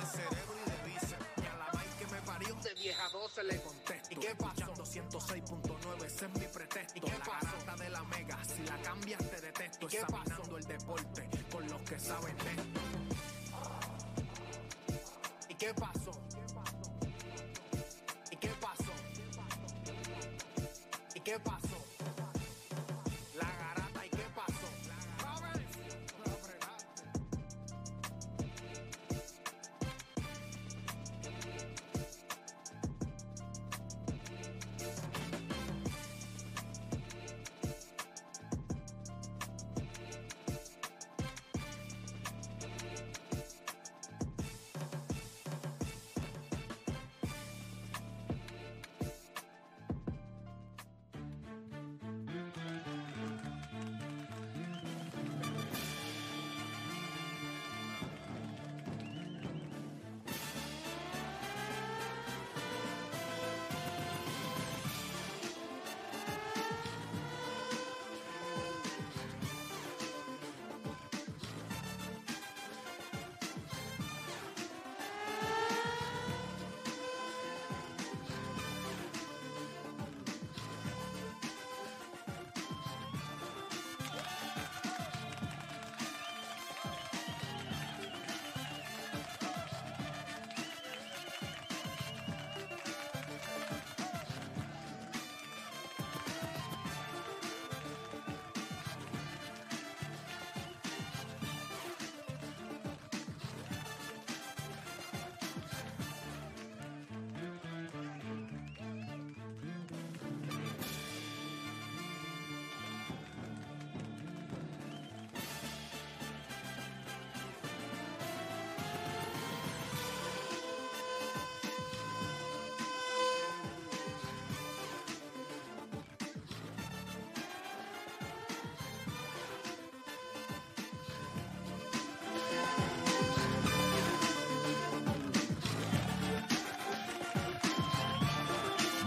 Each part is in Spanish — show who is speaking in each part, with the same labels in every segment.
Speaker 1: de cerebro y de bíceps. Y a la Mike que me parió de 10 a 12 le contesto. ¿Y qué pasó? 206.9, ese es mi pretexto. ¿Y qué la garata de la mega, si la cambias te detesto. Examinando el deporte con los que saben de esto. ¿Y qué pasó? ¿Y qué pasó? ¿Y qué pasó? La garata, ¿y qué pasó?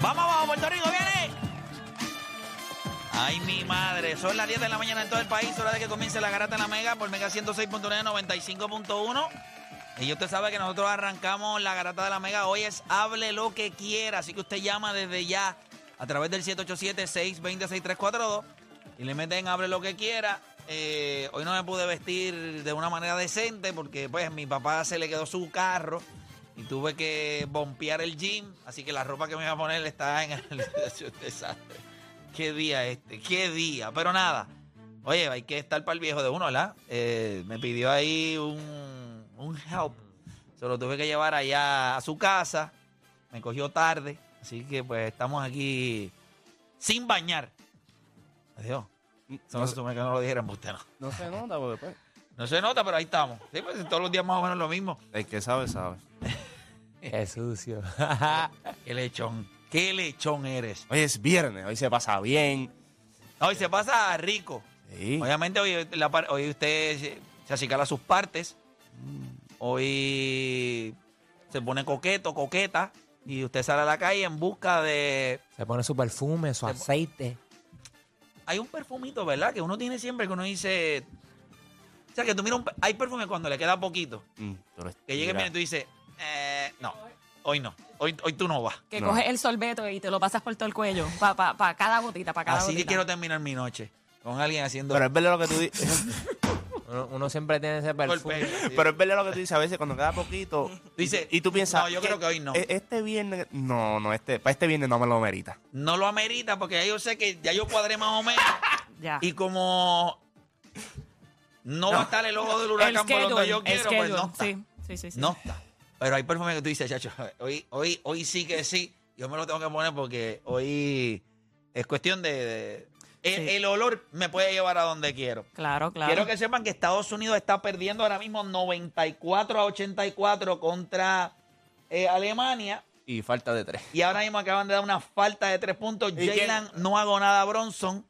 Speaker 2: Vamos abajo, Puerto Rico, viene. Ay, mi madre. Son las 10 de la mañana en todo el país. Hora de que comience la garata en la Mega por Mega 106.9, 95.1. Y usted sabe que nosotros arrancamos la garata de la Mega. Hoy es hable lo que quiera. Así que usted llama desde ya a través del 787-620-6342 y le meten hable lo que quiera. Eh, hoy no me pude vestir de una manera decente porque pues mi papá se le quedó su carro y tuve que bompear el gym, así que la ropa que me iba a poner está en el es un desastre. Qué día este, qué día, pero nada. Oye, hay que estar para el viejo de uno, ¿verdad? Eh, me pidió ahí un, un help. Se lo tuve que llevar allá a su casa. Me cogió tarde, así que pues estamos aquí sin bañar. Adiós. Eso no se supone que no lo dijeran, usted no.
Speaker 3: No se nota, porque pues.
Speaker 2: No se nota, pero ahí estamos. Sí, pues todos los días más o menos lo mismo.
Speaker 4: El que sabe, sabe.
Speaker 3: Es sucio.
Speaker 2: Qué lechón, qué lechón eres.
Speaker 4: Hoy es viernes, hoy se pasa bien.
Speaker 2: Hoy se pasa rico.
Speaker 4: Sí.
Speaker 2: Obviamente hoy, la par- hoy usted se- se acicala sus partes. Mm, Hoy se pone coqueto, coqueta. Y usted sale a la calle en busca de...
Speaker 3: Se pone su perfume, su aceite.
Speaker 2: Hay un perfumito, ¿verdad? Que uno tiene siempre que uno dice... O sea, que tú miras un... per- Hay perfume cuando le queda poquito.
Speaker 4: Mm, tú lo
Speaker 2: Que llegue el
Speaker 4: estiras.
Speaker 2: minuto y tú dices... Eh, no, hoy no. Hoy, hoy tú no vas.
Speaker 5: Que
Speaker 4: No.
Speaker 5: coges el sorbeto y te lo pasas por todo el cuello. Para pa, pa cada gotita, para cada
Speaker 2: Así que
Speaker 5: gotita.
Speaker 2: quiero terminar mi noche con alguien haciendo...
Speaker 4: Pero es verdad lo que tú dices.
Speaker 3: Uno, uno siempre tiene ese perfume.
Speaker 2: Golpe, sí.
Speaker 4: Pero es verdad lo que tú dices, a veces cuando queda poquito.
Speaker 2: Dice,
Speaker 4: y tú piensas.
Speaker 2: no, yo creo que hoy no.
Speaker 4: "E- Este viernes. No, no, este. Para este viernes no me lo merita.
Speaker 2: no lo amerita porque ya yo sé que ya yo cuadré más o menos.
Speaker 5: Ya.
Speaker 2: Y como no, va a estar el ojo del huracán por donde
Speaker 5: schedule,
Speaker 2: yo
Speaker 5: el
Speaker 2: quiero, pues no
Speaker 5: schedule,
Speaker 2: está.
Speaker 5: Sí, sí, sí. sí.
Speaker 2: No está. Pero hay perfume que tú dices, chacho, hoy, hoy, hoy sí que sí. Yo me lo tengo que poner porque hoy es cuestión de. de- el,
Speaker 5: Sí.
Speaker 2: el olor me puede llevar a donde quiero.
Speaker 5: Claro, claro.
Speaker 2: Quiero que sepan que Estados Unidos está perdiendo ahora mismo 94 a 84 contra eh, Alemania.
Speaker 4: Y falta de tres.
Speaker 2: Y ahora mismo acaban de dar una falta de tres puntos.
Speaker 4: ¿Y quién?
Speaker 2: Jalen no hago nada, Bronson.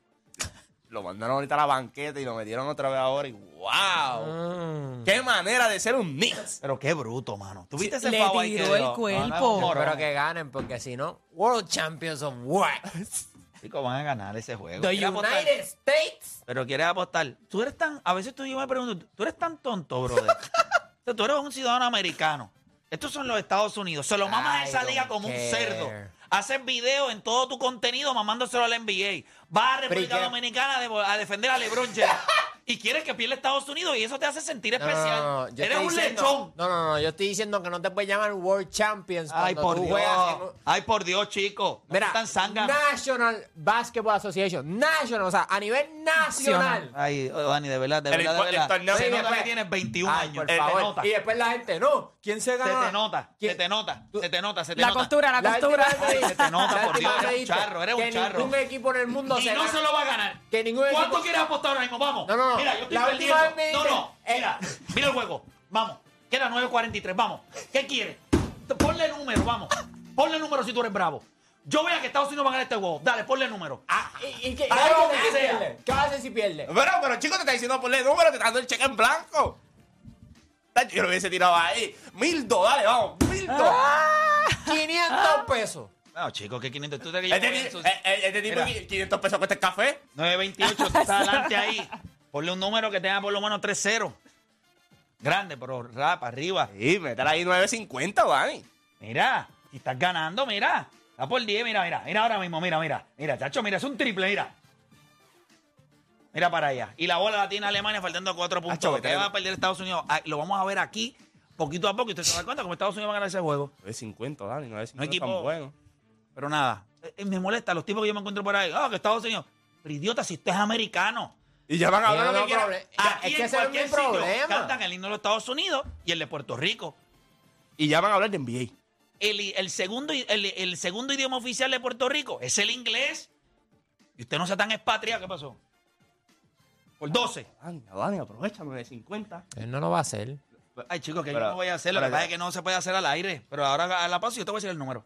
Speaker 4: Lo mandaron ahorita a la banqueta y lo metieron otra vez ahora. Y ¡Wow!
Speaker 3: Mm.
Speaker 4: ¡Qué manera de ser un Knicks!
Speaker 2: Pero qué bruto, mano. ¿Tuviste ese
Speaker 5: Le
Speaker 2: pavo ahí que
Speaker 5: tiró el
Speaker 2: dio?
Speaker 5: cuerpo.
Speaker 3: Yo
Speaker 2: morón.
Speaker 3: espero que ganen, porque si no, World Champions of What?
Speaker 2: Chicos, van a ganar ese juego.
Speaker 3: The
Speaker 2: ¿Quieres apostar?
Speaker 3: United States.
Speaker 2: Pero quieres apostar. Tú eres tan. A veces tú yo me pregunto, tú eres tan tonto, brother. O sea, tú eres un ciudadano americano. Estos son los Estados Unidos. Se lo mamas a
Speaker 3: I
Speaker 2: esa
Speaker 3: don't
Speaker 2: liga como un
Speaker 3: care.
Speaker 2: cerdo. Haces video en todo tu contenido mamándoselo al NBA. Vas a República
Speaker 3: qué?
Speaker 2: Dominicana a devo- a defender a LeBron James. y quieres que pierda Estados Unidos y eso te hace sentir
Speaker 3: No, no, no,
Speaker 2: especial.
Speaker 3: no,
Speaker 2: eres
Speaker 3: yo estoy
Speaker 2: un
Speaker 3: diciendo-
Speaker 2: lechón.
Speaker 3: No, no, no, yo estoy diciendo que no te puedes llamar World Champions
Speaker 2: Ay,
Speaker 3: cuando
Speaker 2: por
Speaker 3: tú
Speaker 2: Dios.
Speaker 3: juegas en un-
Speaker 2: Ay, por Dios, chicos. No
Speaker 3: Mira,
Speaker 2: sean tan zánganos.
Speaker 3: National Basketball Association. National, o sea, a nivel nacional.
Speaker 2: Ay, oh, Dani, de verdad, de
Speaker 4: El
Speaker 2: verdad, de
Speaker 4: impo- el
Speaker 2: verdad.
Speaker 4: torneo-
Speaker 2: se
Speaker 3: Sí,
Speaker 2: nota que
Speaker 3: después-
Speaker 2: tienes 21
Speaker 3: Ay,
Speaker 2: años.
Speaker 3: por
Speaker 2: Se
Speaker 3: favor.
Speaker 2: te nota.
Speaker 3: Y después la gente, no. ¿Quién se
Speaker 2: Se
Speaker 3: gana?
Speaker 2: te nota, se
Speaker 3: ¿Quién-
Speaker 2: te nota, se te nota, se te
Speaker 5: La
Speaker 2: nota.
Speaker 5: costura, la,
Speaker 3: La
Speaker 5: costura.
Speaker 3: última vez me
Speaker 2: Se te nota,
Speaker 3: la
Speaker 2: por
Speaker 3: última
Speaker 2: Dios,
Speaker 3: vez
Speaker 2: eres un
Speaker 3: me
Speaker 2: charro, eres
Speaker 3: que
Speaker 2: un charro.
Speaker 3: ningún equipo en el mundo
Speaker 2: Y
Speaker 3: se
Speaker 2: no
Speaker 3: gana.
Speaker 2: se lo va a ganar.
Speaker 3: Que ningún
Speaker 2: ¿Cuánto
Speaker 3: equipo-
Speaker 2: quieres apostar ahora mismo? Vamos.
Speaker 3: No, no, no.
Speaker 2: Mira, yo estoy
Speaker 3: La
Speaker 2: perdiendo.
Speaker 3: última vez me
Speaker 2: No, no.
Speaker 3: dicen, eh.
Speaker 2: Mira, mira el juego. Vamos. Queda 9.43. Vamos. ¿Qué quieres? T- Ponle número, vamos. Ponle número si tú eres bravo. Yo veo que Estados Unidos va a ganar este juego. Dale, ponle número.
Speaker 3: Ah, ¿Y, y qué,
Speaker 2: Ah,
Speaker 3: qué
Speaker 2: no,
Speaker 3: hace si
Speaker 2: que sea.
Speaker 3: pierde? ¿Qué hace si pierde?
Speaker 4: Pero, pero chico, te está diciendo ponle número, te está dando el cheque en blanco. Tacho, Yo lo hubiese tirado ahí. Mildo, dale, vamos. Mildo.
Speaker 2: Ah.
Speaker 3: 500 pesos.
Speaker 2: No, chicos, que 500. ¿Tú te crees
Speaker 4: Este,
Speaker 2: que yo
Speaker 4: ti-
Speaker 2: voy a-
Speaker 4: eh, eh, este tipo,
Speaker 2: Mira.
Speaker 4: 500 pesos cuesta el café.
Speaker 2: 928, tú estás adelante ahí. Ponle un número que tenga por lo menos 3-0. Grande, pero rapa, arriba.
Speaker 4: Sí, métela ahí 9.50, Dani.
Speaker 2: Mira, si estás ganando, mira. Está por 10, mira, mira. Mira ahora mismo, mira, mira. Mira, chacho, mira, es un triple, mira. Mira para allá. Y la bola la tiene Alemania faltando 4 puntos.
Speaker 4: Chacho,
Speaker 2: Ustedes
Speaker 4: vete.
Speaker 2: van a perder Estados Unidos. Ah, Lo vamos a ver aquí, poquito a poco. Y usted se va a dar cuenta cómo Estados Unidos va a ganar ese juego.
Speaker 4: 9.50, Dani, 9.50
Speaker 2: No hay equipo.
Speaker 4: tan bueno.
Speaker 2: Pero nada, eh, eh, me molesta los tipos que yo me encuentro por ahí. Ah, que Estados Unidos. Pero idiota, si usted es americano.
Speaker 4: Y ya van a
Speaker 3: Yo
Speaker 4: hablar
Speaker 3: no
Speaker 4: lo que
Speaker 3: tengo
Speaker 4: quieran.
Speaker 3: problema.
Speaker 2: Aquí
Speaker 3: Ya, es que
Speaker 2: en
Speaker 3: ese es
Speaker 2: cualquier
Speaker 3: mi
Speaker 2: sitio
Speaker 3: problema.
Speaker 2: cantan el himno de los Estados Unidos y el de Puerto Rico.
Speaker 4: Y ya van a hablar de NBA.
Speaker 2: El, el segundo, i- el, el segundo idioma oficial de Puerto Rico es el inglés. Y usted no sea tan expatriado. ¿Qué pasó? Por 12.
Speaker 4: Dani, Dani, aprovecha 9.50.
Speaker 3: Él no lo va a hacer.
Speaker 2: Ay, chicos, que yo
Speaker 4: Pero-
Speaker 2: no voy a hacer. Lo que
Speaker 4: pero-
Speaker 2: pasa es que no se puede hacer al aire. Pero ahora a la pausa yo te voy a decir el número.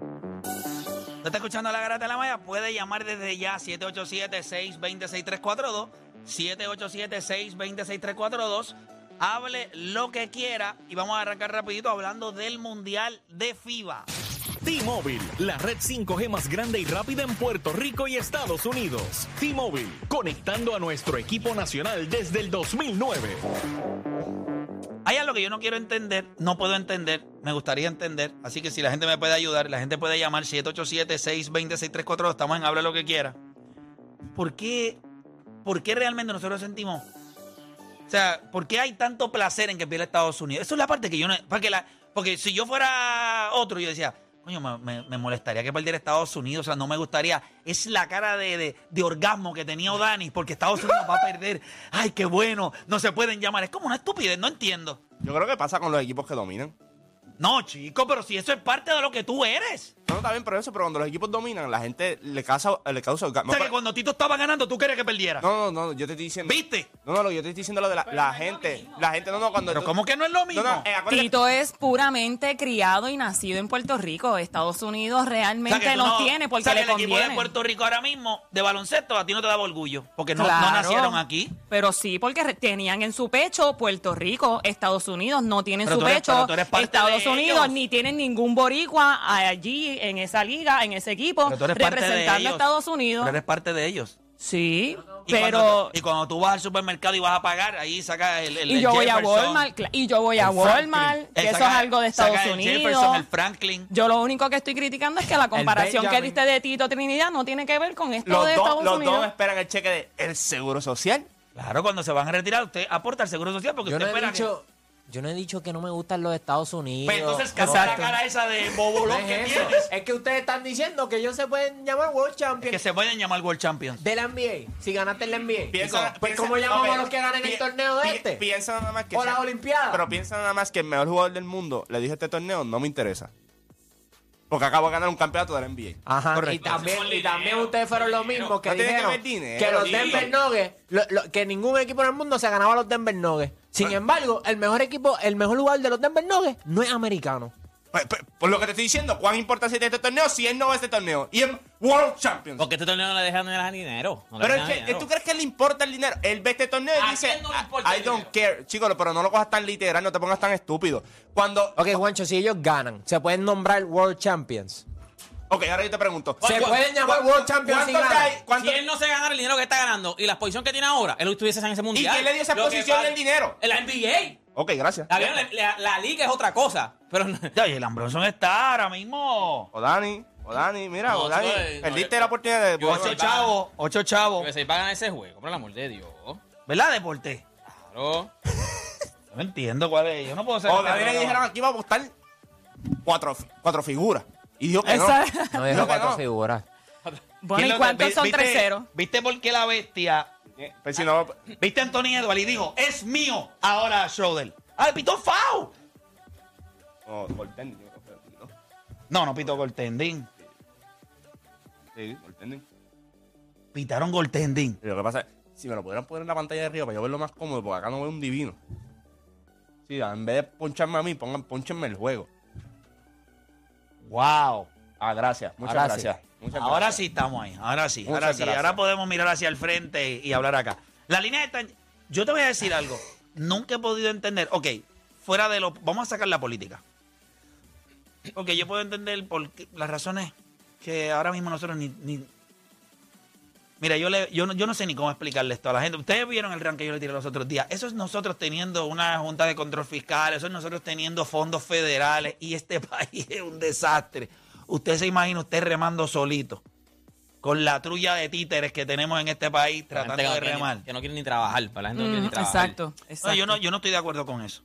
Speaker 2: ¿No está escuchando la garata de la maya? Puede llamar desde ya 787-620-6342. 787-620-6342. Hable lo que quiera y vamos a arrancar rapidito hablando del Mundial de FIBA.
Speaker 6: T-Mobile, la red 5G más grande y rápida en Puerto Rico y Estados Unidos. T-Mobile, conectando a nuestro equipo nacional desde el 2009.
Speaker 2: Hay algo que yo no quiero entender, no puedo entender, me gustaría entender. Así que si la gente me puede ayudar, la gente puede llamar 787-620-6342. Estamos en Habla lo que quiera. ¿Por qué, ¿Por qué realmente nosotros sentimos? O sea, ¿por qué hay tanto placer en que pierda Estados Unidos? Esa es la parte que yo no. Porque, la, porque si yo fuera otro, yo decía, coño, me, me- me molestaría que perdiera Estados Unidos. O sea, no me gustaría. Es la cara de, de- de orgasmo que tenía O'Dani, porque Estados Unidos va a perder. Ay, qué bueno, no se pueden llamar. Es como una estupidez, no entiendo.
Speaker 4: Yo creo que pasa con los equipos que dominan.
Speaker 2: No, chico, pero si eso es parte de lo que tú eres.
Speaker 4: No, está bien, pero eso, pero cuando los equipos dominan, la gente le causa, le causa orgasmo.
Speaker 2: O sea,
Speaker 4: Pero-
Speaker 2: que cuando Tito estaba ganando, tú querías que perdiera.
Speaker 4: No, no, no, yo te estoy diciendo.
Speaker 2: ¿Viste?
Speaker 4: No, no, lo- yo te estoy diciendo lo de la, la gente. La gente, no, no, cuando.
Speaker 2: Pero
Speaker 4: tú-
Speaker 2: ¿cómo que no es lo
Speaker 4: No,
Speaker 2: mismo?
Speaker 4: no, eh, acuérdate-
Speaker 5: Tito es puramente criado y nacido en Puerto Rico. Estados Unidos
Speaker 2: O sea,
Speaker 5: realmente
Speaker 2: que tú
Speaker 5: los
Speaker 2: no-
Speaker 5: tiene
Speaker 2: o
Speaker 5: porque
Speaker 2: sea, que
Speaker 5: le
Speaker 2: el equipo de
Speaker 5: conviene.
Speaker 2: Puerto Rico ahora mismo, de baloncesto, a ti no te daba orgullo. Porque no, no
Speaker 5: Claro,
Speaker 2: nacieron aquí.
Speaker 5: Pero sí, porque re- tenían en su pecho Puerto Rico, Estados Unidos no tienen
Speaker 2: Pero
Speaker 5: su
Speaker 2: tú eres- pero
Speaker 5: pecho
Speaker 2: tú eres parte
Speaker 5: Estados
Speaker 2: de
Speaker 5: Unidos,
Speaker 2: ellos.
Speaker 5: ni tienen ningún boricua allí en esa liga, en ese equipo,
Speaker 2: Pero tú eres parte de
Speaker 5: representando a
Speaker 2: ellos.
Speaker 5: Estados Unidos.
Speaker 2: Pero eres parte de ellos.
Speaker 5: Sí,
Speaker 2: Y
Speaker 5: pero...
Speaker 2: Cuando, y cuando tú vas al supermercado y vas a pagar, ahí saca el. el
Speaker 5: Y
Speaker 2: el
Speaker 5: yo voy a
Speaker 2: Jefferson,
Speaker 5: Walmart, cla- y yo voy a
Speaker 2: el Franklin.
Speaker 5: Walmart, que
Speaker 2: Eh,
Speaker 5: eso es
Speaker 2: saca-
Speaker 5: algo de Estados
Speaker 2: saca
Speaker 5: Unidos.
Speaker 2: El Jefferson, el Franklin.
Speaker 5: Yo lo único que estoy criticando es que la comparación que
Speaker 3: Benjamin.
Speaker 5: diste de Tito Trinidad no tiene que ver con esto
Speaker 4: los
Speaker 5: de
Speaker 4: dos,
Speaker 5: Estados
Speaker 4: los
Speaker 5: Unidos.
Speaker 4: dos esperan el cheque del seguro social.
Speaker 2: Claro, cuando se van a retirar, usted aporta al seguro social porque
Speaker 3: Yo no,
Speaker 2: usted
Speaker 3: he
Speaker 2: espera. que-
Speaker 3: dicho, yo no he dicho que no me gustan los Estados Unidos.
Speaker 2: Pero entonces, casi la
Speaker 3: Exacto.
Speaker 2: cara esa de bobolón
Speaker 3: No
Speaker 2: que
Speaker 3: es, eso.
Speaker 2: tienes.
Speaker 3: Es que ustedes están diciendo que ellos se pueden llamar World
Speaker 2: Que
Speaker 3: Champions
Speaker 2: se pueden llamar World Champions.
Speaker 3: de la NBA. Si ganaste en la NBA.
Speaker 4: Piensa,
Speaker 3: pues,
Speaker 4: piensa-
Speaker 3: ¿cómo llamamos
Speaker 4: ok,
Speaker 3: a los que ganan
Speaker 4: pi-
Speaker 3: el torneo de
Speaker 4: pi-
Speaker 3: este?
Speaker 4: Piensa nada más que.
Speaker 3: O las Olimpiadas.
Speaker 4: Pero piensa nada más que el mejor jugador del mundo le dijo este torneo, no me interesa. Porque acabo de ganar un campeonato de la NBA.
Speaker 3: Ajá, y
Speaker 4: Correcto.
Speaker 3: también,
Speaker 2: Con
Speaker 3: y también
Speaker 2: dinero,
Speaker 3: ustedes fueron los mismos que
Speaker 4: No tiene que
Speaker 3: dijeron
Speaker 4: ver dinero,
Speaker 3: que los
Speaker 4: sí.
Speaker 3: Denver Nuggets, lo- lo- que ningún equipo en el mundo se ganaba a los Denver Nuggets. Sin
Speaker 4: Ah.
Speaker 3: embargo, el mejor equipo, el mejor lugar de los Denver Nuggets no es americano.
Speaker 4: Pues- pues, Por lo que te estoy diciendo, ¿cuán importante es este torneo? Si él no va a este torneo. Y es World Champions.
Speaker 7: Porque este torneo no le dejan ganar dinero. No le
Speaker 4: Pero es
Speaker 7: dejan
Speaker 4: que,
Speaker 7: dinero.
Speaker 4: ¿tú crees que le importa el dinero? Él ve este torneo
Speaker 7: ¿A
Speaker 4: y dice,
Speaker 7: quién no le importa
Speaker 4: I
Speaker 7: el
Speaker 4: don't
Speaker 7: dinero?
Speaker 4: care. Chicos, pero no lo cojas tan literal, no te pongas tan estúpido. Cuando...
Speaker 3: Ok, Juancho, si ellos ganan, se pueden nombrar World Champions.
Speaker 4: Ok, ahora yo te pregunto.
Speaker 3: Se
Speaker 4: ¿Cu-
Speaker 3: pueden llamar
Speaker 4: cu-
Speaker 3: World Champions si
Speaker 4: ¿Cuántos te
Speaker 3: ganan?
Speaker 4: hay? ¿Cuántos-
Speaker 7: Si él no se ganara el dinero que está ganando y la posición que tiene ahora, él estuviese en ese mundial.
Speaker 4: quién le dio esa
Speaker 7: Lo que
Speaker 4: posición
Speaker 7: pasa-
Speaker 4: del dinero?
Speaker 7: La NBA.
Speaker 4: Ok, gracias.
Speaker 7: La, la- la- la liga es otra cosa. Pero no-
Speaker 2: Ya, y el Ambronson está ahora mismo.
Speaker 4: O Dani, o Dani, mira,
Speaker 7: No,
Speaker 4: o Dani.
Speaker 7: chico, eh, no,
Speaker 4: Perdiste
Speaker 7: yo-
Speaker 4: la oportunidad de...
Speaker 7: yo-
Speaker 4: Bueno,
Speaker 7: yo-
Speaker 2: Ocho
Speaker 7: yo-
Speaker 2: chavos, ocho chavos.
Speaker 7: USA va a ganar ese juego, por el amor de Dios.
Speaker 2: ¿Verdad, deporte?
Speaker 7: Claro.
Speaker 2: No entiendo cuál es. Yo no puedo ser.
Speaker 4: o David le dijeron aquí va a apostar cuatro, cuatro figuras. Y dijo que no.
Speaker 5: Esa-
Speaker 3: No
Speaker 4: dijo
Speaker 3: dijo
Speaker 4: que
Speaker 3: cuatro
Speaker 4: no.
Speaker 3: figuras.
Speaker 5: Bueno, ¿y cuántos son 3-0?
Speaker 2: ¿Viste por qué la bestia?
Speaker 4: Pues si no...
Speaker 2: ¿Viste a Anthony Edwards y dijo, es mío ahora Schroeder? ¡Ah, le pitó FAU!
Speaker 4: No, Golden, yo creo que no.
Speaker 2: No, no pitó Goltending.
Speaker 4: Sí, Golden.
Speaker 2: Pitaron Goltending.
Speaker 4: Y Lo que pasa es, si me lo pudieran poner en la pantalla de arriba para yo verlo más cómodo, porque acá no veo un divino. Sí, en vez de poncharme a mí, pongan, ponchenme el juego.
Speaker 2: ¡Wow!
Speaker 4: Ah, gracias. Muchas
Speaker 3: Ahora
Speaker 4: gracias.
Speaker 3: sí.
Speaker 4: Muchas
Speaker 2: ahora
Speaker 4: gracias.
Speaker 2: sí estamos ahí. Ahora sí.
Speaker 4: Muchas
Speaker 2: ahora sí.
Speaker 4: gracias.
Speaker 2: Ahora podemos mirar hacia el frente y hablar acá. Las líneas están. Yo te voy a decir algo. Nunca he podido entender. Ok, fuera de lo. Vamos a sacar la política. Ok, yo puedo entender por qué- las razones que ahora mismo nosotros ni. ni- Mira, yo, le, yo, no, yo no sé ni cómo explicarle esto a la gente. Ustedes vieron el rank que yo le tiré los otros días. Eso es nosotros teniendo una junta de control fiscal, eso es nosotros teniendo fondos federales y este país es un desastre. Usted se imagina usted remando solito con la trulla de títeres que tenemos en este país
Speaker 7: La gente
Speaker 2: tratando de
Speaker 7: que, no
Speaker 2: remar.
Speaker 7: quiere, que no quiere ni trabajar. Para la gente no quiere
Speaker 5: Mm,
Speaker 7: ni trabajar.
Speaker 5: exacto, exacto.
Speaker 2: No, yo no, yo no estoy de acuerdo con eso.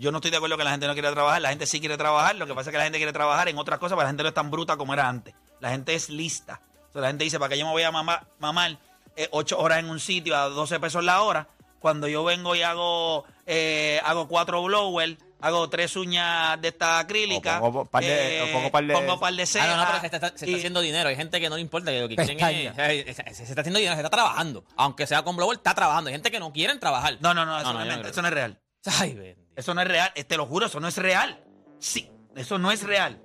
Speaker 2: Yo no estoy de acuerdo que la gente no quiera trabajar. La gente sí quiere trabajar. Lo que pasa es que la gente quiere trabajar en otras cosas, pero la gente no es tan bruta como era antes. La gente es lista. O sea, la gente dice, ¿para qué yo me voy a mamar, mamar eh, ocho horas en un sitio a 12 pesos la hora? Cuando yo vengo y hago, eh, hago cuatro blower, hago tres uñas de esta acrílica, eh,
Speaker 4: O pongo par de- o pongo par de-
Speaker 2: pongo par de
Speaker 7: Ah, no, no,
Speaker 2: cejas,
Speaker 7: pero se está, se está
Speaker 2: y-
Speaker 7: haciendo dinero. Hay gente que no le importa. Que lo que quieren
Speaker 3: Pestaña.
Speaker 7: es- se, se- se está haciendo dinero, se está trabajando. Aunque sea con Blower, está trabajando. Hay gente que no quieren trabajar. Ah,
Speaker 2: No, no, no, eso
Speaker 7: No, no,
Speaker 2: no es
Speaker 7: yo no
Speaker 2: mente,
Speaker 7: creo.
Speaker 2: eso no es real.
Speaker 7: Ay, bendito.
Speaker 2: Eso no es real, eh, te lo juro, eso no es real. Sí, eso no es real.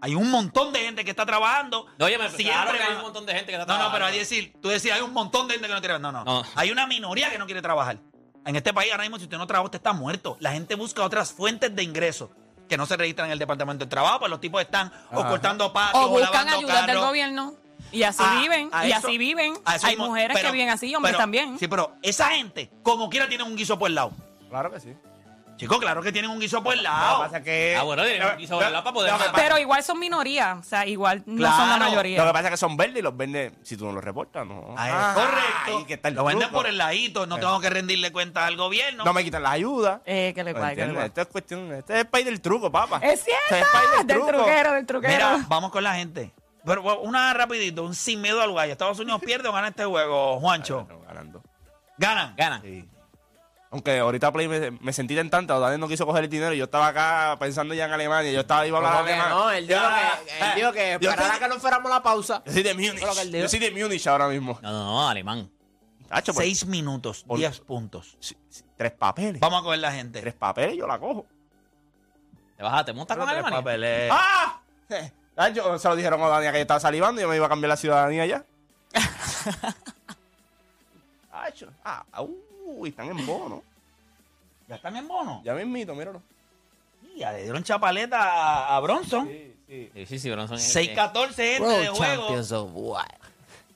Speaker 2: Hay un montón de gente que está trabajando.
Speaker 7: No, oye, me- claro que
Speaker 2: va-
Speaker 7: hay un montón de gente que está
Speaker 2: No, no,
Speaker 7: trabajando.
Speaker 2: pero hay decir, tú decías, hay un montón de gente que no quiere trabajar. No, no,
Speaker 7: No.
Speaker 2: Hay una minoría que no quiere trabajar. En este país ahora mismo, si usted no trabaja, usted está muerto. La gente busca otras fuentes de ingresos que no se registran en el Departamento del Trabajo, pues los tipos están o cortando patos
Speaker 5: O buscan
Speaker 2: lavando
Speaker 5: ayudas del
Speaker 2: carros.
Speaker 5: gobierno. Y así
Speaker 2: A-
Speaker 5: viven,
Speaker 2: a
Speaker 5: y
Speaker 2: eso-
Speaker 5: así viven.
Speaker 2: a eso
Speaker 5: Hay
Speaker 2: mismo,
Speaker 5: mujeres
Speaker 2: pero-
Speaker 5: que viven así, hombres
Speaker 2: pero-
Speaker 5: también.
Speaker 2: Sí, pero esa gente, como quiera, tiene un guiso por el lado.
Speaker 4: Claro que sí.
Speaker 2: Chicos, claro que tienen un guiso por el
Speaker 4: Lo
Speaker 2: lado.
Speaker 4: que pasa es que...
Speaker 7: Ah, bueno, tiene un guiso por el lado para poder
Speaker 4: Lo que
Speaker 7: mamar.
Speaker 4: pasa-
Speaker 5: Pero igual son minorías, o sea, igual no son la
Speaker 2: Claro.
Speaker 4: Lo que
Speaker 5: mayoría.
Speaker 4: pasa es que son verdes y los verdes, si tú no los reportas, no.
Speaker 2: Ah, es
Speaker 4: Ah,
Speaker 2: correcto.
Speaker 4: ahí que está el
Speaker 2: lo venden
Speaker 4: truco.
Speaker 2: por el ladito, no tengo que rendirle cuentas al gobierno.
Speaker 4: No me quitan las ayudas.
Speaker 5: Eh, que le cuadre, que le
Speaker 4: ¿Entiendes?
Speaker 5: cuadre.
Speaker 4: Esto es cuestión... Este es el país del truco, papá.
Speaker 5: Es
Speaker 4: Este
Speaker 5: cierto,
Speaker 4: es el país
Speaker 5: del truquero, del truquero.
Speaker 2: Mira, vamos con la gente. Pero bueno, una rapidito, un sin miedo al guayo. Estados Unidos pierde o gana este juego, Juancho.
Speaker 4: Estamos ganando.
Speaker 2: Ganan.
Speaker 7: Ganan.
Speaker 4: Sí. Aunque ahorita Play me, me sentí tentante, Daniel no quiso coger el dinero y yo estaba acá pensando ya en Alemania. Yo estaba iba a hablar
Speaker 3: ¿Cómo que
Speaker 4: alemán.
Speaker 3: no? Él dijo
Speaker 4: Ya,
Speaker 3: que- él
Speaker 4: eh,
Speaker 3: dijo que
Speaker 4: yo
Speaker 3: esperara
Speaker 4: estoy-
Speaker 3: que no fuéramos a la pausa.
Speaker 4: Yo soy de Múnich.
Speaker 3: Eso es lo que él dijo.
Speaker 4: Yo soy de Múnich ahora mismo.
Speaker 7: No, no, no, alemán.
Speaker 4: Tacho, pues,
Speaker 2: Seis minutos,
Speaker 4: Por-
Speaker 2: diez puntos.
Speaker 4: si- si- tres papeles.
Speaker 2: Vamos a coger la gente.
Speaker 4: Tres papeles, yo la cojo.
Speaker 7: Te vas a, te montas con
Speaker 2: Tres
Speaker 7: Alemania.
Speaker 2: papeles.
Speaker 4: ¡Ah! Tacho, se lo dijeron a Dania que yo estaba salivando y yo me iba a cambiar la ciudadanía ya. Tacho. Ah, uy, están en bono.
Speaker 2: ¿Ya están en bono?
Speaker 4: Ya me invito, míralo.
Speaker 2: Ya le dieron chapaleta a, a Bronson.
Speaker 7: Sí, sí, sí, Bronson. es-
Speaker 2: 6-14 gente de
Speaker 3: World
Speaker 2: juego.
Speaker 3: Champions of What?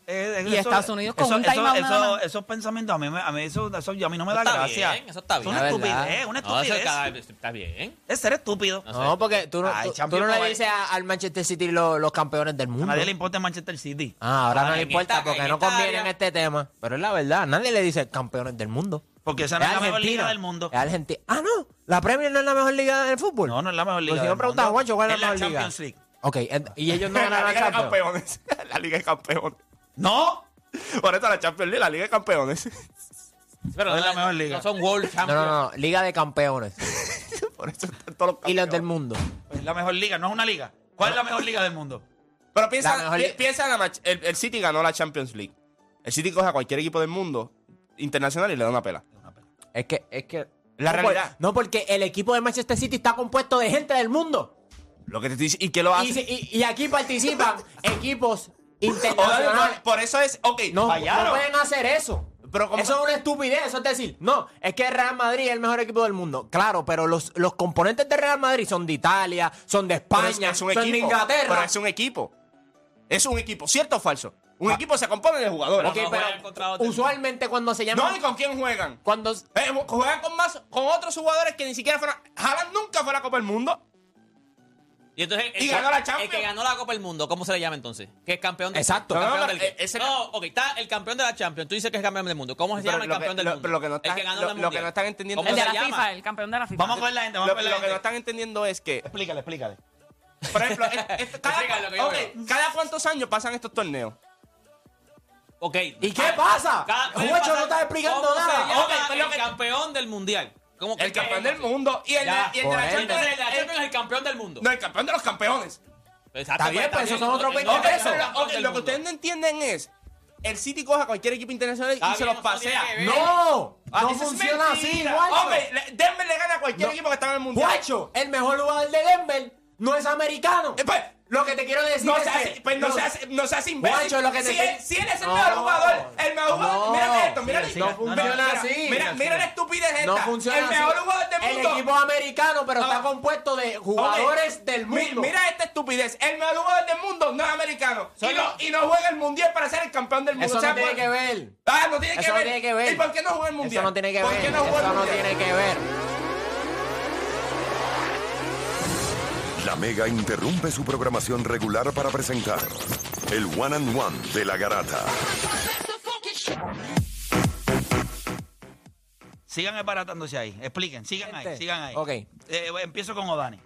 Speaker 2: Eh,
Speaker 5: Y Estados Unidos con un
Speaker 2: eso,
Speaker 5: timeout nada
Speaker 2: eso,
Speaker 5: más.
Speaker 2: Esos pensamientos a mí, me- a mí, eso, eso a mí no me
Speaker 7: Eso
Speaker 2: da
Speaker 7: está
Speaker 2: gracia.
Speaker 7: bien, eso está
Speaker 2: Es
Speaker 7: bien.
Speaker 2: una
Speaker 3: La verdad.
Speaker 2: estupidez, una
Speaker 7: No, eso
Speaker 2: estupidez.
Speaker 7: está, está bien.
Speaker 2: es ser estúpido.
Speaker 7: No sé.
Speaker 3: No, porque tú no,
Speaker 2: Ay,
Speaker 3: tú- tú
Speaker 2: Champions
Speaker 3: no
Speaker 2: no
Speaker 3: le
Speaker 2: vale.
Speaker 3: dices a- al Manchester City lo- los campeones del
Speaker 2: A
Speaker 3: mundo.
Speaker 2: nadie le importa el Manchester City.
Speaker 3: Ah, ahora
Speaker 7: Ah,
Speaker 3: no le
Speaker 7: en
Speaker 3: importa
Speaker 7: esta-
Speaker 3: porque
Speaker 7: en
Speaker 3: no
Speaker 7: esta
Speaker 3: conviene
Speaker 7: área.
Speaker 3: en este tema. Pero es la verdad, nadie le dice campeones del mundo.
Speaker 2: Porque esa
Speaker 3: Es
Speaker 2: no es la mejor
Speaker 3: Argentina.
Speaker 2: liga del mundo.
Speaker 3: Es Argentina. Ah, no. La Premier no es la mejor liga del fútbol.
Speaker 2: No, no es la mejor liga.
Speaker 3: Pues si
Speaker 2: del
Speaker 3: me preguntas,
Speaker 2: mundo.
Speaker 3: Juancho, ¿cuál es la mejor liga?
Speaker 2: Champions League.
Speaker 3: Ok, ent- y ellos no
Speaker 4: la
Speaker 3: ganaron
Speaker 4: Liga de
Speaker 3: la Champions.
Speaker 4: Campeones. La Liga de Campeones.
Speaker 2: No,
Speaker 4: Por eso la Champions League, la Liga de Campeones.
Speaker 7: Pero
Speaker 2: no es la mejor liga.
Speaker 7: No son World
Speaker 3: No,
Speaker 7: Champions.
Speaker 3: no, no, Liga de Campeones.
Speaker 4: Por eso están todos los
Speaker 3: y los del
Speaker 4: campeones.
Speaker 3: mundo.
Speaker 2: es la mejor liga, no es una liga. ¿Cuál es la mejor liga del mundo?
Speaker 4: Pero
Speaker 3: La
Speaker 4: piensa,
Speaker 3: mejor
Speaker 4: pi-
Speaker 3: liga.
Speaker 4: piensa en la match- el, el City ganó la Champions League. El City coge a cualquier equipo del mundo internacional y le da una pela.
Speaker 3: Es que, es que.
Speaker 4: La
Speaker 3: no,
Speaker 4: realidad.
Speaker 3: por- no, porque el equipo de Manchester City está compuesto de gente del mundo.
Speaker 4: Lo que te estoy dic- ¿Y qué lo
Speaker 3: Y,
Speaker 4: hace?
Speaker 3: se- y- y aquí participan equipos
Speaker 4: O dale,
Speaker 3: internacionales.
Speaker 4: por, por eso es. Ok,
Speaker 3: No, no
Speaker 4: fallaron.
Speaker 3: pueden hacer eso.
Speaker 4: Pero ¿cómo-
Speaker 3: eso es una estupidez, eso es decir, no, es que el Real Madrid es el mejor equipo del mundo. Claro, pero los, los componentes del Real Madrid son de Italia, son de
Speaker 4: Pero
Speaker 3: España,
Speaker 4: es- es un
Speaker 3: son de
Speaker 4: equipo. Pero
Speaker 3: Inglaterra.
Speaker 4: es un equipo. Es un equipo, ¿cierto o falso? Un
Speaker 7: Ah.
Speaker 4: equipo se compone de jugadores.
Speaker 3: Ok,
Speaker 7: Pero no
Speaker 3: pero
Speaker 7: juegan contra otro.
Speaker 3: usualmente cuando se llama...
Speaker 4: No, ¿y con quién juegan?
Speaker 3: cuando,
Speaker 4: Eh, juegan con más, con otros jugadores que ni siquiera fueron. Haaland nunca fue a la Copa del Mundo.
Speaker 7: Y entonces el,
Speaker 4: Y
Speaker 7: que-
Speaker 4: ganó la
Speaker 7: el
Speaker 4: Champions.
Speaker 7: que ganó la Copa del Mundo, ¿cómo se le llama entonces? Que es campeón del
Speaker 3: Exacto.
Speaker 7: campeón
Speaker 4: No, no,
Speaker 7: del
Speaker 4: pero,
Speaker 7: qué?
Speaker 4: eh, ese-
Speaker 7: No, ok, está el campeón de la Champions. Tú dices que es campeón del mundo. ¿Cómo se llama el
Speaker 4: lo que-
Speaker 7: campeón del
Speaker 4: lo-
Speaker 7: mundo?
Speaker 4: pero lo que no
Speaker 7: el
Speaker 4: estás-
Speaker 7: que ganó
Speaker 4: lo- lo
Speaker 7: la mundial.
Speaker 4: que no están entendiendo
Speaker 7: ¿Cómo
Speaker 5: El
Speaker 4: es
Speaker 5: de
Speaker 7: se
Speaker 5: la
Speaker 7: llama?
Speaker 5: FIFA, el campeón de la FIFA.
Speaker 2: Vamos a coger la gente,
Speaker 4: Lo,
Speaker 2: vamos a coger
Speaker 4: lo
Speaker 2: la
Speaker 4: que no
Speaker 2: gente.
Speaker 4: están entendiendo es que,
Speaker 2: Explícale, explícale.
Speaker 4: por ejemplo, es- es-
Speaker 7: Explica
Speaker 4: cada,
Speaker 7: lo que yo
Speaker 4: ok,
Speaker 7: veo.
Speaker 4: ¿cada cuántos años pasan estos torneos?
Speaker 7: Ok.
Speaker 3: ¿Y qué
Speaker 4: Ah,
Speaker 3: pasa?
Speaker 7: Cada-
Speaker 3: Juancho, no estás explicando
Speaker 7: ¿Cómo
Speaker 3: nada.
Speaker 7: Se llama
Speaker 4: Ok, pero lo
Speaker 7: el
Speaker 4: que-
Speaker 7: campeón del mundial. ¿Cómo que-
Speaker 4: El campeón del mundo y el, de-
Speaker 7: Ya,
Speaker 4: y el de la
Speaker 3: por
Speaker 4: Champions.
Speaker 7: Entonces, la
Speaker 4: el-
Speaker 7: Champions es el campeón del mundo.
Speaker 4: no, el campeón de los campeones.
Speaker 7: Exacto,
Speaker 3: Está bien,
Speaker 7: pues,
Speaker 3: pues, esos son otros
Speaker 7: Ok,
Speaker 3: 20
Speaker 7: ok,
Speaker 4: Ok,
Speaker 3: pesos.
Speaker 7: pero
Speaker 4: pero,
Speaker 7: la-
Speaker 4: ok, lo
Speaker 7: del
Speaker 4: que
Speaker 7: mundo.
Speaker 4: ustedes no entienden es: el City coge a cualquier equipo internacional y
Speaker 7: Está
Speaker 4: se
Speaker 7: bien,
Speaker 4: los
Speaker 7: eso no tiene
Speaker 4: pasea.
Speaker 7: que ver.
Speaker 3: No,
Speaker 4: Ah,
Speaker 3: no
Speaker 4: eso es
Speaker 3: funciona así,
Speaker 4: mentira.
Speaker 3: Juancho.
Speaker 4: Hombre, le- Denver le gana a cualquier
Speaker 3: No.
Speaker 4: equipo que está en el mundial.
Speaker 3: Guacho, el mejor jugador de Denver no es americano.
Speaker 4: Eh, pues,
Speaker 3: lo que te quiero decir
Speaker 4: No
Speaker 3: es
Speaker 4: seas,
Speaker 3: que-
Speaker 4: pues no
Speaker 3: lo-
Speaker 4: seas, no seas imbécil.
Speaker 3: Guacho, lo que te
Speaker 4: si,
Speaker 3: estoy-
Speaker 4: él, si él es el
Speaker 3: No.
Speaker 4: mejor jugador, el mejor jugador.
Speaker 3: No.
Speaker 4: Mira esto, mira
Speaker 3: Sí,
Speaker 4: esto.
Speaker 3: sí, no
Speaker 4: mira,
Speaker 3: funciona
Speaker 4: mira,
Speaker 3: así.
Speaker 4: Mira, mira la estupidez esta.
Speaker 3: No funciona
Speaker 4: El mejor
Speaker 3: así.
Speaker 4: jugador del mundo.
Speaker 3: El equipo americano, pero
Speaker 4: Ah.
Speaker 3: está compuesto de jugadores
Speaker 4: Hombre,
Speaker 3: del
Speaker 4: mi-
Speaker 3: mundo.
Speaker 4: mira esta estupidez. El mejor jugador del mundo no es americano. Y
Speaker 7: Solo-
Speaker 4: no, y no juega el mundial para ser el campeón del mundo.
Speaker 3: Eso
Speaker 4: O sea,
Speaker 3: no tiene
Speaker 4: por-
Speaker 3: que ver.
Speaker 4: Ah, no tiene
Speaker 3: Eso
Speaker 4: que
Speaker 3: no
Speaker 4: ver.
Speaker 3: tiene que ver.
Speaker 4: ¿Y por qué no juega el mundial?
Speaker 3: Eso no tiene que
Speaker 4: ¿Por
Speaker 3: ver.
Speaker 4: qué no juega
Speaker 3: Eso
Speaker 4: el
Speaker 3: no
Speaker 4: mundial?
Speaker 3: tiene que ver.
Speaker 8: La Mega interrumpe su programación regular para presentar el One and One de la Garata.
Speaker 2: Sigan esbaratándose ahí. Expliquen, sigan ahí,
Speaker 3: Gente,
Speaker 2: sigan ahí.
Speaker 3: ok.
Speaker 2: Eh, empiezo con Odani.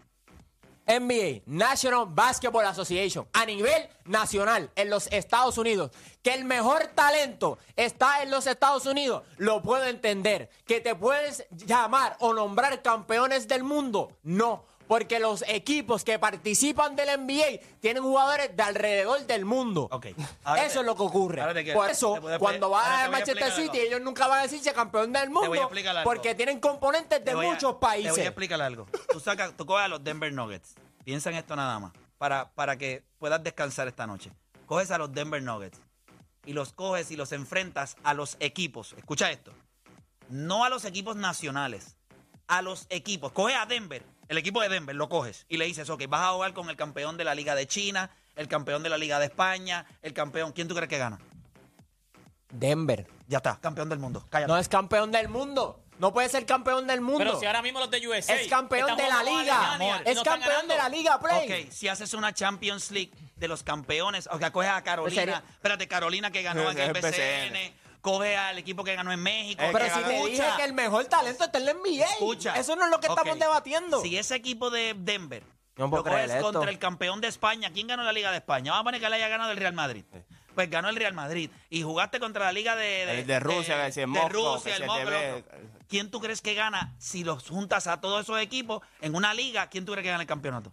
Speaker 3: NBA, National Basketball Association, a nivel nacional en los Estados Unidos, que el mejor talento está en los Estados Unidos, lo puedo entender. Que te puedes llamar o nombrar campeones del mundo, no. Porque los equipos que participan del NBA tienen jugadores de alrededor del mundo.
Speaker 2: Ok. Ahora
Speaker 3: eso
Speaker 2: te-
Speaker 3: es lo que ocurre.
Speaker 2: ahora te quiero-
Speaker 3: Por eso,
Speaker 2: te voy a-
Speaker 3: cuando
Speaker 2: ahora te
Speaker 3: va a
Speaker 2: voy a
Speaker 3: Manchester
Speaker 2: explicar
Speaker 3: City,
Speaker 2: algo.
Speaker 3: ellos nunca van a decirse campeón del
Speaker 2: voy a
Speaker 3: mundo.
Speaker 2: explicar algo.
Speaker 3: Porque tienen componentes de
Speaker 2: Te voy a-
Speaker 3: muchos
Speaker 2: Te voy a
Speaker 3: países.
Speaker 2: explicar algo. Tú, sacas, tú coges a los Denver Nuggets. Piensa en esto nada más. Para, para que puedas descansar esta noche. Coges a los Denver Nuggets. Y los coges y los enfrentas a los equipos. Escucha esto. No a los equipos nacionales. A los equipos. Coges a Denver. El equipo de Denver lo coges. Y le dices, ok, vas a jugar con el campeón de la Liga de China. El campeón de la Liga de España. El campeón. ¿Quién tú crees que gana?
Speaker 3: Denver.
Speaker 2: Ya está. Campeón del mundo. Cállate.
Speaker 3: No es campeón del mundo. No puede ser campeón del mundo.
Speaker 7: Pero si ahora mismo los de USA.
Speaker 3: es campeón
Speaker 7: están
Speaker 3: de la
Speaker 7: jugando con
Speaker 3: liga.
Speaker 7: Alemania y
Speaker 3: Es
Speaker 7: no están
Speaker 3: campeón de
Speaker 7: ganando.
Speaker 3: la liga, Play.
Speaker 2: Ok, si haces una Champions League de los campeones, o sea, coges a
Speaker 3: ¿En
Speaker 2: Carolina,
Speaker 3: serio?
Speaker 2: espérate, Carolina que ganó
Speaker 4: Es-
Speaker 2: en el
Speaker 4: es BCN.
Speaker 2: BCN, coge al equipo que ganó en México.
Speaker 4: Es
Speaker 3: Pero
Speaker 4: que
Speaker 3: si te
Speaker 4: ganó.
Speaker 3: dije que el mejor talento está en la NBA.
Speaker 2: Escucha.
Speaker 3: Eso no es lo que
Speaker 2: Ok.
Speaker 3: estamos debatiendo.
Speaker 2: Si ese equipo de Denver
Speaker 3: No
Speaker 2: lo
Speaker 3: puedo creer
Speaker 2: coges
Speaker 3: esto.
Speaker 2: contra el campeón de España, ¿quién ganó la Liga de España? Vamos a poner que le haya ganado el Real Madrid. Pues ganó el Real Madrid. Y jugaste contra la Liga de...
Speaker 4: El de Rusia, que si es Moscú,
Speaker 2: Rusia,
Speaker 4: que si
Speaker 2: el
Speaker 4: es
Speaker 2: Moscú,
Speaker 4: de
Speaker 2: el
Speaker 4: Bélgica.
Speaker 2: otro. ¿quién tú crees que gana si los juntas a todos esos equipos en una liga? ¿Quién tú crees que gana el campeonato?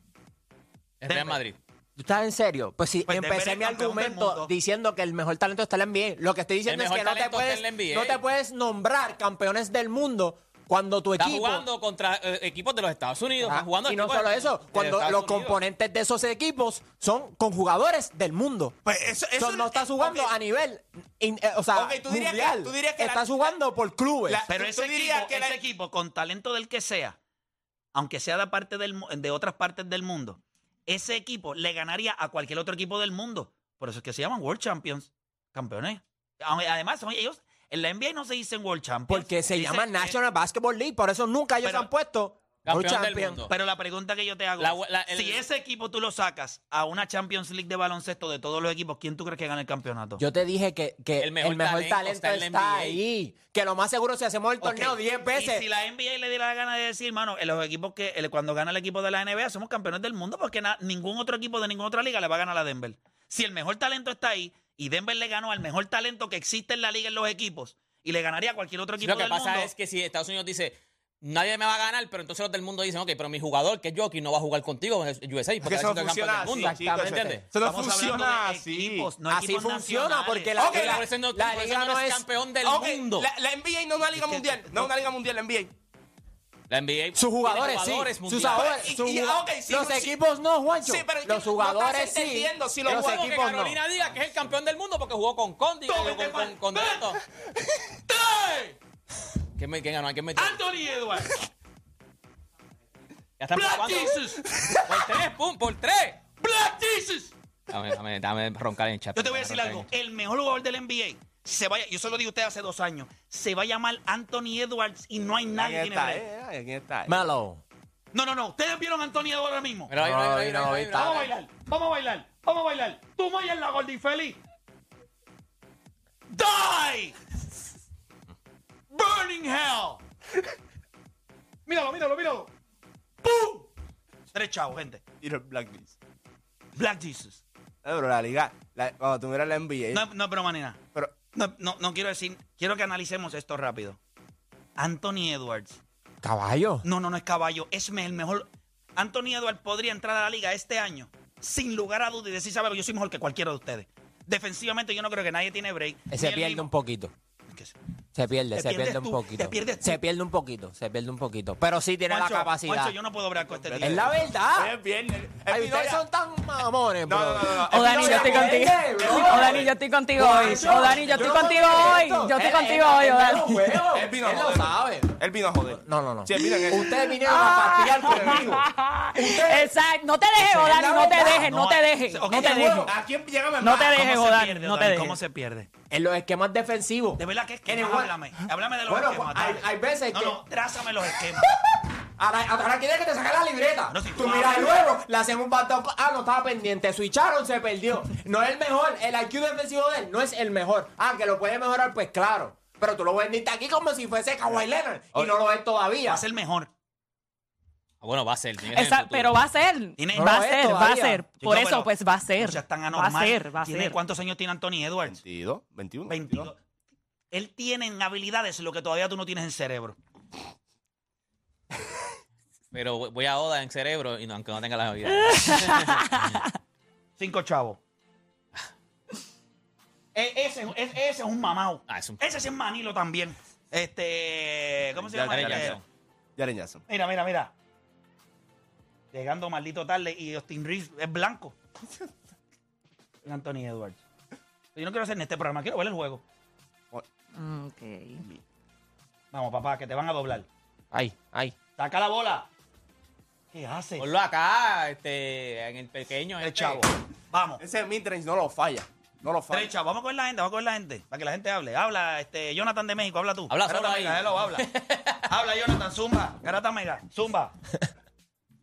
Speaker 7: El Real Madrid.
Speaker 3: ¿Tú estás en serio? Pues si
Speaker 2: Pues Denver
Speaker 3: empecé
Speaker 2: es
Speaker 3: mi
Speaker 2: campeón del
Speaker 3: argumento
Speaker 2: mundo.
Speaker 3: diciendo que el mejor talento está en la NBA, lo que estoy diciendo es
Speaker 7: mejor
Speaker 3: que no te,
Speaker 7: talento está
Speaker 3: puedes,
Speaker 7: en la NBA.
Speaker 3: no te puedes nombrar campeones del mundo cuando tu
Speaker 7: Está
Speaker 3: equipo...
Speaker 7: jugando contra eh, equipos de los Estados Unidos.
Speaker 3: Ah,
Speaker 7: Está jugando
Speaker 3: y no
Speaker 7: equipos
Speaker 3: solo
Speaker 7: de-
Speaker 3: eso,
Speaker 7: de
Speaker 3: cuando
Speaker 7: Estados
Speaker 3: los
Speaker 7: Unidos.
Speaker 3: componentes de esos equipos son con jugadores del mundo.
Speaker 2: Pues eso,
Speaker 3: Son- no estás jugando
Speaker 9: ok.
Speaker 3: a nivel, in- eh, o sea,
Speaker 9: Ok, tú dirías que-
Speaker 3: mundial.
Speaker 9: tú dirías que la-
Speaker 3: estás jugando por clubes.
Speaker 9: la-
Speaker 2: Pero
Speaker 9: tú-
Speaker 2: ese,
Speaker 9: tú dirías
Speaker 2: equipo,
Speaker 9: que la-
Speaker 2: ese equipo, con talento del que sea, aunque sea de, parte del, mu- de otras partes del mundo, ese equipo le ganaría a cualquier otro equipo del mundo. Por eso es que se llaman World Champions. Campeones. Aunque- Además, son ellos en la NBA no se dicen World Champions.
Speaker 3: porque se
Speaker 2: dicen-
Speaker 3: llama
Speaker 2: eh,
Speaker 3: National Basketball League, por eso nunca ellos
Speaker 2: pero-
Speaker 3: han puesto
Speaker 7: Campeón
Speaker 3: World
Speaker 7: del
Speaker 3: Champion.
Speaker 7: mundo.
Speaker 2: Pero la pregunta que yo te hago
Speaker 7: La-
Speaker 2: es,
Speaker 7: la- el-
Speaker 2: si ese equipo tú lo sacas a una Champions League de baloncesto de todos los equipos, ¿quién tú crees que gana el campeonato?
Speaker 3: Yo te dije que, que el mejor, talento,
Speaker 7: está en la
Speaker 3: está
Speaker 7: NBA.
Speaker 3: ahí. Que lo más seguro si hacemos el torneo 10 veces.
Speaker 2: Y si la NBA le diera la gana de decir, mano, en los equipos que el- cuando gana el equipo de la NBA somos campeones del mundo porque na- ningún otro equipo de ninguna otra liga le va a ganar a Denver. Si el mejor talento está ahí y Denver le ganó al mejor talento que existe en la liga en los equipos y le ganaría a cualquier otro equipo
Speaker 7: Lo que
Speaker 2: del
Speaker 7: pasa
Speaker 2: mundo.
Speaker 7: es que si Estados Unidos dice, nadie me va a ganar, pero entonces los del mundo dicen, ok, pero mi jugador, que es Jockey, no va a jugar contigo en el USA. Porque
Speaker 4: que eso
Speaker 7: va a ser campeón
Speaker 4: funciona
Speaker 7: del
Speaker 4: así,
Speaker 7: mundo.
Speaker 3: chicos,
Speaker 7: ¿Me entiendes?
Speaker 4: Eso no
Speaker 2: Estamos hablando
Speaker 4: funciona
Speaker 2: de
Speaker 4: así.
Speaker 2: equipos, no
Speaker 3: Así
Speaker 2: equipos
Speaker 3: funciona
Speaker 2: nacionales.
Speaker 3: porque la,
Speaker 7: Ok,
Speaker 3: liga,
Speaker 7: por eso no-
Speaker 3: la
Speaker 7: por eso
Speaker 3: liga
Speaker 7: no
Speaker 3: no
Speaker 7: eres
Speaker 3: es
Speaker 7: campeón del
Speaker 3: Ok,
Speaker 7: mundo.
Speaker 9: La, la NBA no es una liga
Speaker 2: que-
Speaker 9: mundial. No es una liga mundial, la NBA.
Speaker 7: La NBA.
Speaker 3: Sus jugadores, sí. Sus
Speaker 7: mundiales.
Speaker 3: jugadores,
Speaker 9: Y- y-
Speaker 3: sus
Speaker 9: y-
Speaker 3: jugad-
Speaker 9: ok, sí, pues,
Speaker 3: los
Speaker 9: sí.
Speaker 3: equipos no, Juancho.
Speaker 9: Sí, pero es que
Speaker 3: los
Speaker 9: no estás
Speaker 3: jugadores sí.
Speaker 9: entendiendo si los
Speaker 3: los
Speaker 9: jugadores-
Speaker 3: equipos no.
Speaker 7: Carolina Díaz, que es el campeón del mundo porque jugó con Condi,
Speaker 9: Tome,
Speaker 7: con, con, con,
Speaker 9: Juan.
Speaker 7: con Neto.
Speaker 9: ¡Tres!
Speaker 7: ¿Quién me- quién ganó? ¿Quién metió?
Speaker 9: Anthony Edwards.
Speaker 7: Ya están por
Speaker 9: Black
Speaker 7: cuánto?
Speaker 9: Jesus.
Speaker 7: Por tres, pum, por tres.
Speaker 9: Black Jesus.
Speaker 7: Dame, dame, dame roncar en el chat.
Speaker 2: Yo te voy a decir algo. El mejor jugador del NBA se vaya, yo se lo dije a usted hace dos años, se va a llamar Anthony Edwards y no hay nadie que
Speaker 4: ¿Quién
Speaker 2: tiene
Speaker 4: está?
Speaker 2: break.
Speaker 4: eh? Ay, ¿Quién está? eh?
Speaker 3: Melo.
Speaker 2: No, no, no. Ustedes vieron a Anthony Edwards ahora mismo.
Speaker 7: Mira, mira, mira, mira,
Speaker 3: No, no,
Speaker 7: mira, mira.
Speaker 9: Vamos a bailar. Vamos a bailar. Vamos a bailar. Tú me en la Gordy Feliz.
Speaker 2: ¡Die!
Speaker 9: Burning Hell. míralo, míralo, míralo.
Speaker 2: Tres chavos, gente.
Speaker 4: Y los Blacklist. Eh,
Speaker 2: Black Jesus.
Speaker 4: Pero la liga, la- cuando tú miras la NBA,
Speaker 2: No, no pero manera.
Speaker 4: pero
Speaker 2: No, no, no quiero decir. Quiero que analicemos esto rápido. Anthony Edwards.
Speaker 3: Caballo.
Speaker 2: No, no, no es caballo. Es me- el mejor. Anthony Edwards podría entrar a la liga este año. Sin lugar a dudas. Y decir, sabe, yo soy mejor que cualquiera de ustedes. Defensivamente, yo no creo que nadie tiene break.
Speaker 3: Se pierde un poquito. Se pierde,
Speaker 2: Te
Speaker 3: se
Speaker 2: pierdes
Speaker 3: pierde un
Speaker 2: tú,
Speaker 3: poquito.
Speaker 2: te pierdes tú.
Speaker 3: Se pierde un poquito, se pierde un poquito. Pero sí tiene la capacidad.
Speaker 2: yo no puedo hablar con este
Speaker 3: Es
Speaker 2: tipo.
Speaker 3: la
Speaker 4: Hoy
Speaker 3: verdad.
Speaker 4: Ah. es viernes. Es
Speaker 3: Ay,
Speaker 4: mi novia.
Speaker 3: ustedes son tan mamones,
Speaker 4: No,
Speaker 3: bro.
Speaker 4: no, no, no.
Speaker 5: O
Speaker 4: Es mi
Speaker 5: Oh, Dani, yo
Speaker 4: novia.
Speaker 5: estoy contigo. O Dani, yo estoy contigo hoy. O Dani, yo estoy contigo hoy. Yo
Speaker 4: Eh,
Speaker 5: estoy contigo hoy, o Dani.
Speaker 4: Él
Speaker 3: Él
Speaker 4: vino a
Speaker 3: lo
Speaker 4: joder.
Speaker 3: sabe.
Speaker 4: Él vino a joder.
Speaker 3: No, no, no.
Speaker 4: Sí, mira que-
Speaker 3: Ustedes vinieron
Speaker 5: Ah.
Speaker 3: a patear conmigo.
Speaker 5: Exacto. No te dejes, o Dani, no te dejes, no te dejes.
Speaker 2: Ok,
Speaker 5: No te
Speaker 2: bueno,
Speaker 5: dejes.
Speaker 4: ¿A quién llegaba
Speaker 5: No te
Speaker 2: ¿Cómo
Speaker 5: dejes,
Speaker 2: se
Speaker 5: o Dani.
Speaker 2: pierde,
Speaker 5: No te
Speaker 2: Dani? ¿Cómo
Speaker 5: dejes.
Speaker 2: se pierde?
Speaker 3: En los esquemas defensivos.
Speaker 2: De verdad que esquemas,
Speaker 3: Anyway.
Speaker 2: háblame. Háblame de los
Speaker 3: Bueno,
Speaker 2: esquemas.
Speaker 3: hay-
Speaker 2: dale.
Speaker 3: hay veces
Speaker 2: no,
Speaker 3: que-
Speaker 2: No, trázame los esquemas.
Speaker 3: Ahora, ahora quiere que te saque la libreta.
Speaker 2: No, si
Speaker 3: tú
Speaker 2: tú
Speaker 3: miras
Speaker 2: hablas.
Speaker 3: luego, le hacen un bastón. Ah, no estaba pendiente. Switcharon, se perdió. No es el mejor. El IQ defensivo de él no es el mejor. Ah, que lo puede mejorar, pues claro. Pero tú lo vendiste aquí como si fuese Kawhi Leonard. Y no lo es todavía.
Speaker 2: Va a ser mejor.
Speaker 7: Ah, Bueno, va a ser. tiene que ser en el
Speaker 5: Exacto,
Speaker 7: futuro.
Speaker 5: pero va a ser.
Speaker 2: Tiene-
Speaker 5: Va
Speaker 3: No
Speaker 5: a
Speaker 3: lo es
Speaker 5: ser, va a
Speaker 3: todavía.
Speaker 5: ser. Por
Speaker 2: Chico,
Speaker 5: eso,
Speaker 2: pero
Speaker 5: pues va a ser.
Speaker 2: O sea, tan
Speaker 5: Va
Speaker 2: anormal.
Speaker 5: a ser, va a
Speaker 2: ¿Tiene
Speaker 5: ser.
Speaker 2: ¿Cuántos años tiene Anthony Edwards?
Speaker 4: 22, 21.
Speaker 2: 22. Él tiene en habilidades lo que todavía tú no tienes en cerebro.
Speaker 7: Pero voy- voy a Oda en cerebro, y no, aunque no tenga la habilidad.
Speaker 2: Cinco chavos. E- ese, es- ese es un mamao.
Speaker 7: Ah, es un-
Speaker 2: Ese sí es Manilo también. Este. ¿Cómo se
Speaker 4: Ya,
Speaker 2: llama?
Speaker 4: ya,
Speaker 2: Eh,
Speaker 4: ya. Jaren Jackson.
Speaker 2: Mira, mira, mira. Llegando maldito tarde y Austin Reeves es blanco. Anthony Edwards. Yo no quiero hacer en este programa, quiero ver el juego.
Speaker 5: Ok.
Speaker 2: Vamos, papá, que te van a doblar.
Speaker 3: Ay, ay.
Speaker 2: ¡Saca la bola! ¿Qué haces?
Speaker 7: Ponlo acá, este, en el pequeño.
Speaker 2: El
Speaker 7: este.
Speaker 2: chavo. Vamos.
Speaker 4: Ese midrange no lo falla. No lo falla.
Speaker 2: Tres chavos. Vamos a coger la gente, vamos a coger la gente. Para que la gente hable. Habla, este, Jonathan de México, habla tú.
Speaker 7: Habla
Speaker 2: Garata
Speaker 7: solo ahí.
Speaker 2: Mega, hello, habla. habla, Jonathan, zumba. Garata Mega, zumba.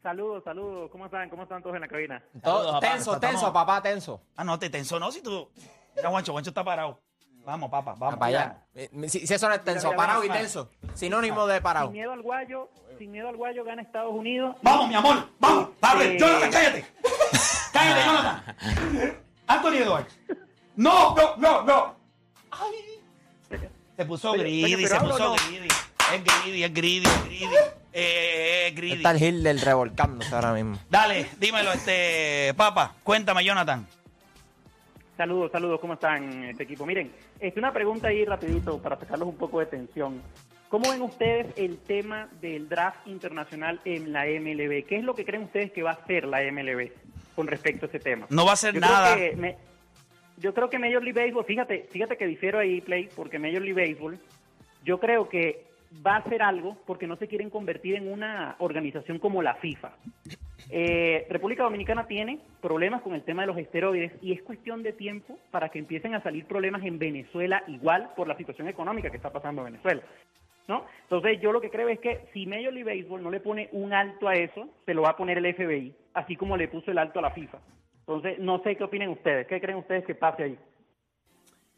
Speaker 10: Saludos, saludos. ¿Cómo están? ¿Cómo están todos en la cabina?
Speaker 7: Saludos, papá.
Speaker 3: tenso, tenso,
Speaker 2: estamos-
Speaker 3: papá, tenso.
Speaker 2: Ah, no, te tensó, ¿no? Si tú. Mira, Juancho, Juancho está parado. Vamos, papá, vamos.
Speaker 3: Para allá. Eh, Si, si eso no es tenso,
Speaker 10: mira,
Speaker 3: parado y
Speaker 10: mira. Ah.
Speaker 3: tenso. Sinónimo de parado.
Speaker 10: Sin miedo al guayo, sin miedo al guayo gana Estados Unidos.
Speaker 2: Vamos, mi amor, vamos. Pablo,
Speaker 10: Eh.
Speaker 2: Jonathan, cállate. Cállate, Jonathan. Anthony Edwards. No, no, no, no. Ay. Se puso
Speaker 10: Oye, oye,
Speaker 2: greedy,
Speaker 10: pero
Speaker 2: se
Speaker 10: hablo
Speaker 2: puso
Speaker 10: no.
Speaker 2: greedy. Es greedy, es greedy, es greedy. Eh, es greedy.
Speaker 3: Está el Gil del revolcándose ahora mismo.
Speaker 2: Dale, dímelo, este, papa. Cuéntame, Jonathan.
Speaker 10: Saludos, saludos, ¿cómo están este equipo? Miren, este, una pregunta ahí rapidito para sacarlos un poco de tensión. ¿Cómo ven ustedes el tema del draft internacional en la MLB? ¿Qué es lo que creen ustedes que va a hacer la MLB con respecto a ese tema?
Speaker 2: No va a hacer
Speaker 10: Yo creo
Speaker 2: nada.
Speaker 10: que me- yo creo que Major League Baseball, fíjate, fíjate que difiero ahí, Play, porque Major League Baseball, yo creo que va a hacer algo porque no se quieren convertir en una organización como la FIFA. Eh, República Dominicana tiene problemas con el tema de los esteroides y es cuestión de tiempo para que empiecen a salir problemas en Venezuela igual por la situación económica que está pasando en Venezuela. ¿no? Entonces yo lo que creo es que si Major League Baseball no le pone un alto a eso, se lo va a poner el FBI, así como le puso el alto a la FIFA. Entonces no sé qué opinen ustedes, qué creen ustedes que pase ahí.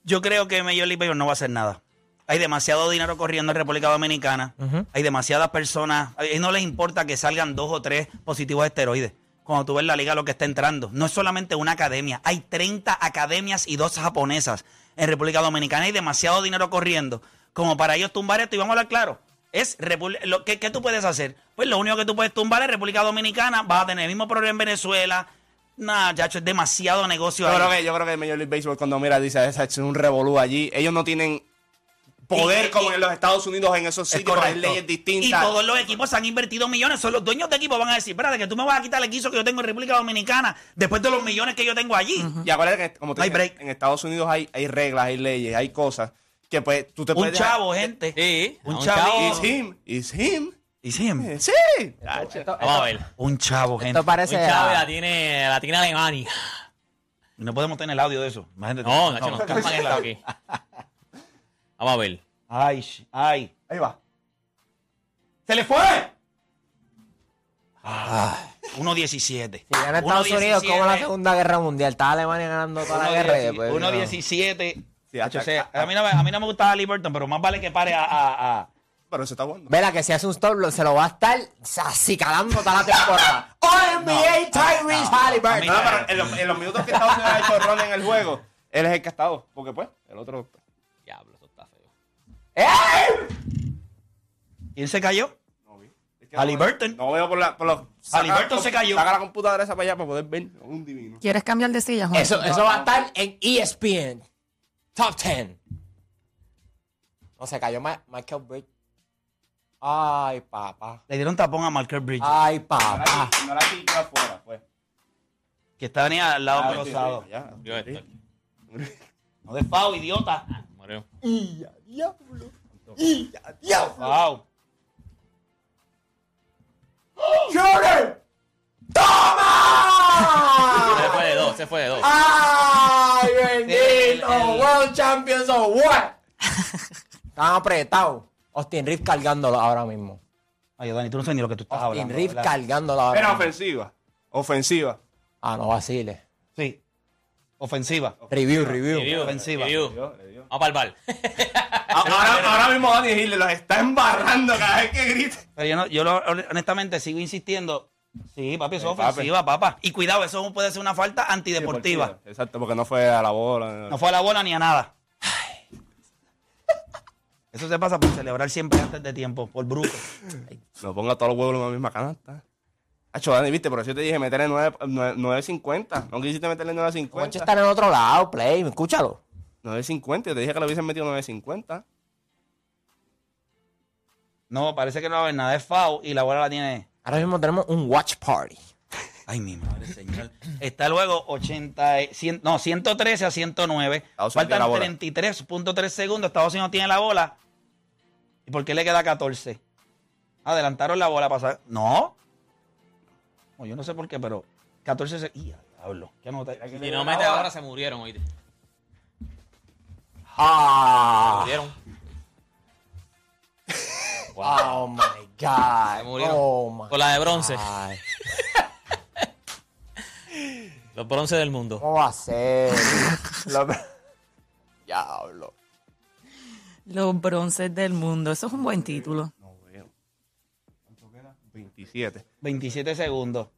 Speaker 2: Yo creo que Major League Baseball no va a hacer nada. Hay demasiado dinero corriendo en República Dominicana. Hay demasiadas personas. A ellos no les importa que salgan dos o tres positivos de esteroides. Cuando tú ves la liga lo que está entrando. No es solamente una academia. Hay 30 academias y dos japonesas en República Dominicana. Hay demasiado dinero corriendo. Como para ellos tumbar esto. Y vamos a hablar claro. Es Repúbli- lo que, ¿Qué tú puedes hacer? Pues lo único que tú puedes tumbar es República Dominicana. Vas a tener el mismo problema en Venezuela. Nah, chacho, es demasiado negocio.
Speaker 4: Yo
Speaker 2: ahí.
Speaker 4: creo que, yo creo que Major League Baseball cuando mira dice, "Esa es un revolú allí. Ellos no tienen poder
Speaker 2: Y-
Speaker 4: como en los Estados Unidos en esos
Speaker 2: Es
Speaker 4: sitios, hay
Speaker 2: correcto.
Speaker 4: leyes
Speaker 2: Y
Speaker 4: distintas.
Speaker 2: todos los equipos han invertido millones. Son los dueños de equipos van a decir, espérate, que tú me vas a quitar el guiso que yo tengo en República Dominicamente después de los millones que yo tengo allí.
Speaker 4: Y acuérdate que como te
Speaker 2: No hay
Speaker 4: dije, en Estados Unidos hay, hay reglas, hay leyes, hay cosas que pues tú te
Speaker 2: Un
Speaker 4: puedes... dejar-
Speaker 2: chavo, gente.
Speaker 7: Sí,
Speaker 2: un
Speaker 7: un
Speaker 2: chavo.
Speaker 7: chavo.
Speaker 4: It's him, it's him.
Speaker 2: It's him.
Speaker 4: Sí.
Speaker 7: Vamos a ver.
Speaker 2: em, Un chavo, gente.
Speaker 3: Esto parece.
Speaker 7: Un chavo
Speaker 3: a-
Speaker 7: la tiene, la tiene Alemania.
Speaker 2: No podemos tener el audio de eso. Imagínate.
Speaker 7: No, Nacho, nos campan esto aquí. Vamos a ver.
Speaker 2: Ay, sh- ay.
Speaker 4: Ahí va. ¡Se le fue!
Speaker 2: 1.17.
Speaker 3: Si gana Estados Unidos, como la
Speaker 2: 1.17,
Speaker 3: Segunda Guerra Mundial. Está Alemania ganando toda la guerra. y después, no.
Speaker 2: 1.17.
Speaker 4: Sí, hasta-
Speaker 2: Chacho, o sea, a, mí no, me- a mí no me gustaba Liberton, pero más vale que pare a- a- a
Speaker 4: Pero se está jugando.
Speaker 3: Vela que si hace un stop, lo- se lo va a estar sacicalando toda la temporada. All NBA Tyrese
Speaker 4: No,
Speaker 3: Halliburton.
Speaker 4: no, pero en los, en los minutos que Estados Unidos ha hecho rol en el juego, él es el que ha estado. Porque pues, el otro...
Speaker 7: Diablo, eso está feo.
Speaker 2: ¿Quién se cayó?
Speaker 4: es que no
Speaker 2: Halliburton.
Speaker 4: veo- No veo por la... Por los,
Speaker 2: Halliburton se cayó.
Speaker 4: Saca la computadora esa para allá para poder ver un divino.
Speaker 5: ¿Quieres cambiar de silla, Juan?
Speaker 3: Eso, eh. eso va a estar en ESPN. Top 10. No, se cayó Ma- Michael Brick. Ay, papá.
Speaker 2: Le dieron tapón a Marker Bridges,
Speaker 3: Ay, papá.
Speaker 4: No la quita afuera, pues.
Speaker 2: que estaba ni al
Speaker 4: Ah,
Speaker 2: lado
Speaker 4: sí,
Speaker 2: cruzado.
Speaker 4: sí, ya.
Speaker 7: Yo esto.
Speaker 2: No de FAO, idiota.
Speaker 3: Ah.
Speaker 7: Moreo.
Speaker 2: FAO.
Speaker 3: ¡Shooter! ¡Toma!
Speaker 7: Se fue de dos, se fue de dos.
Speaker 3: ¡Ay, bendito!
Speaker 2: El- el-
Speaker 3: ¡World Champions of War! Están apretados. Austin Reeves cargándolo ahora mismo.
Speaker 2: Ay, Dani, tú no sabes ni lo que tú estás
Speaker 3: Austin
Speaker 2: hablando.
Speaker 3: Reeves
Speaker 2: ¿verdad?
Speaker 3: cargándolo ahora
Speaker 4: Era
Speaker 3: mismo.
Speaker 4: ofensiva. Ofensiva.
Speaker 3: Ah, no vaciles.
Speaker 2: Sí. Ofensiva.
Speaker 3: Review, review.
Speaker 7: Review,
Speaker 2: Ofensiva.
Speaker 7: review. Vamos para el bar.
Speaker 4: Ah, Ahora, ahora mismo Dani Gil los está embarrando cada vez que grita.
Speaker 2: Pero yo, no, yo lo- honestamente sigo insistiendo. Sí, papi, eso
Speaker 4: Sí,
Speaker 2: es
Speaker 4: papi.
Speaker 2: ofensiva, papá. Y cuidado, eso puede ser una falta antideportiva.
Speaker 4: Exacto, porque no fue a la bola.
Speaker 2: No fue a la bola ni a nada. Eso se pasa por celebrar siempre antes de tiempo, por bruto.
Speaker 4: No ponga todos los huevos en la misma canasta. Hacho, Dani, viste, por eso yo te dije meterle nueve- nueve- 9.50. No quisiste meterle
Speaker 3: Concha
Speaker 4: 9.50.
Speaker 3: está en el otro lado, Play. Escúchalo.
Speaker 4: 9.50, yo te dije que le hubiesen metido 9.50.
Speaker 2: No, parece que no va a haber nada. Es FAO y la bola la tiene.
Speaker 3: Ahora mismo tenemos un watch party.
Speaker 2: Ay, mi madre, señor. Está luego 80, y- 100, no, 113 a 109.
Speaker 4: Estados Unidos
Speaker 2: Faltan
Speaker 4: tiene la bola.
Speaker 2: 33.3 segundos. Estados Unidos tiene la bola. ¿Y por qué le queda 14? Adelantaron la bola pasada. No. No, yo no sé por qué, pero 14 se... ¡Ya, diablo! ¿Qué anota-
Speaker 7: Si no mete ahora, se murieron, oíste. Se
Speaker 3: Ah,
Speaker 7: murieron.
Speaker 3: oh my God.
Speaker 7: Se murieron.
Speaker 3: Oh my
Speaker 7: Con la de bronce.
Speaker 3: God.
Speaker 7: Los bronces del mundo.
Speaker 3: ¿Cómo va a ser? Lo- Diablo.
Speaker 5: Los bronces del mundo. Eso es un buen título.
Speaker 4: No veo. ¿Cuánto queda? 27.
Speaker 2: 27 segundos.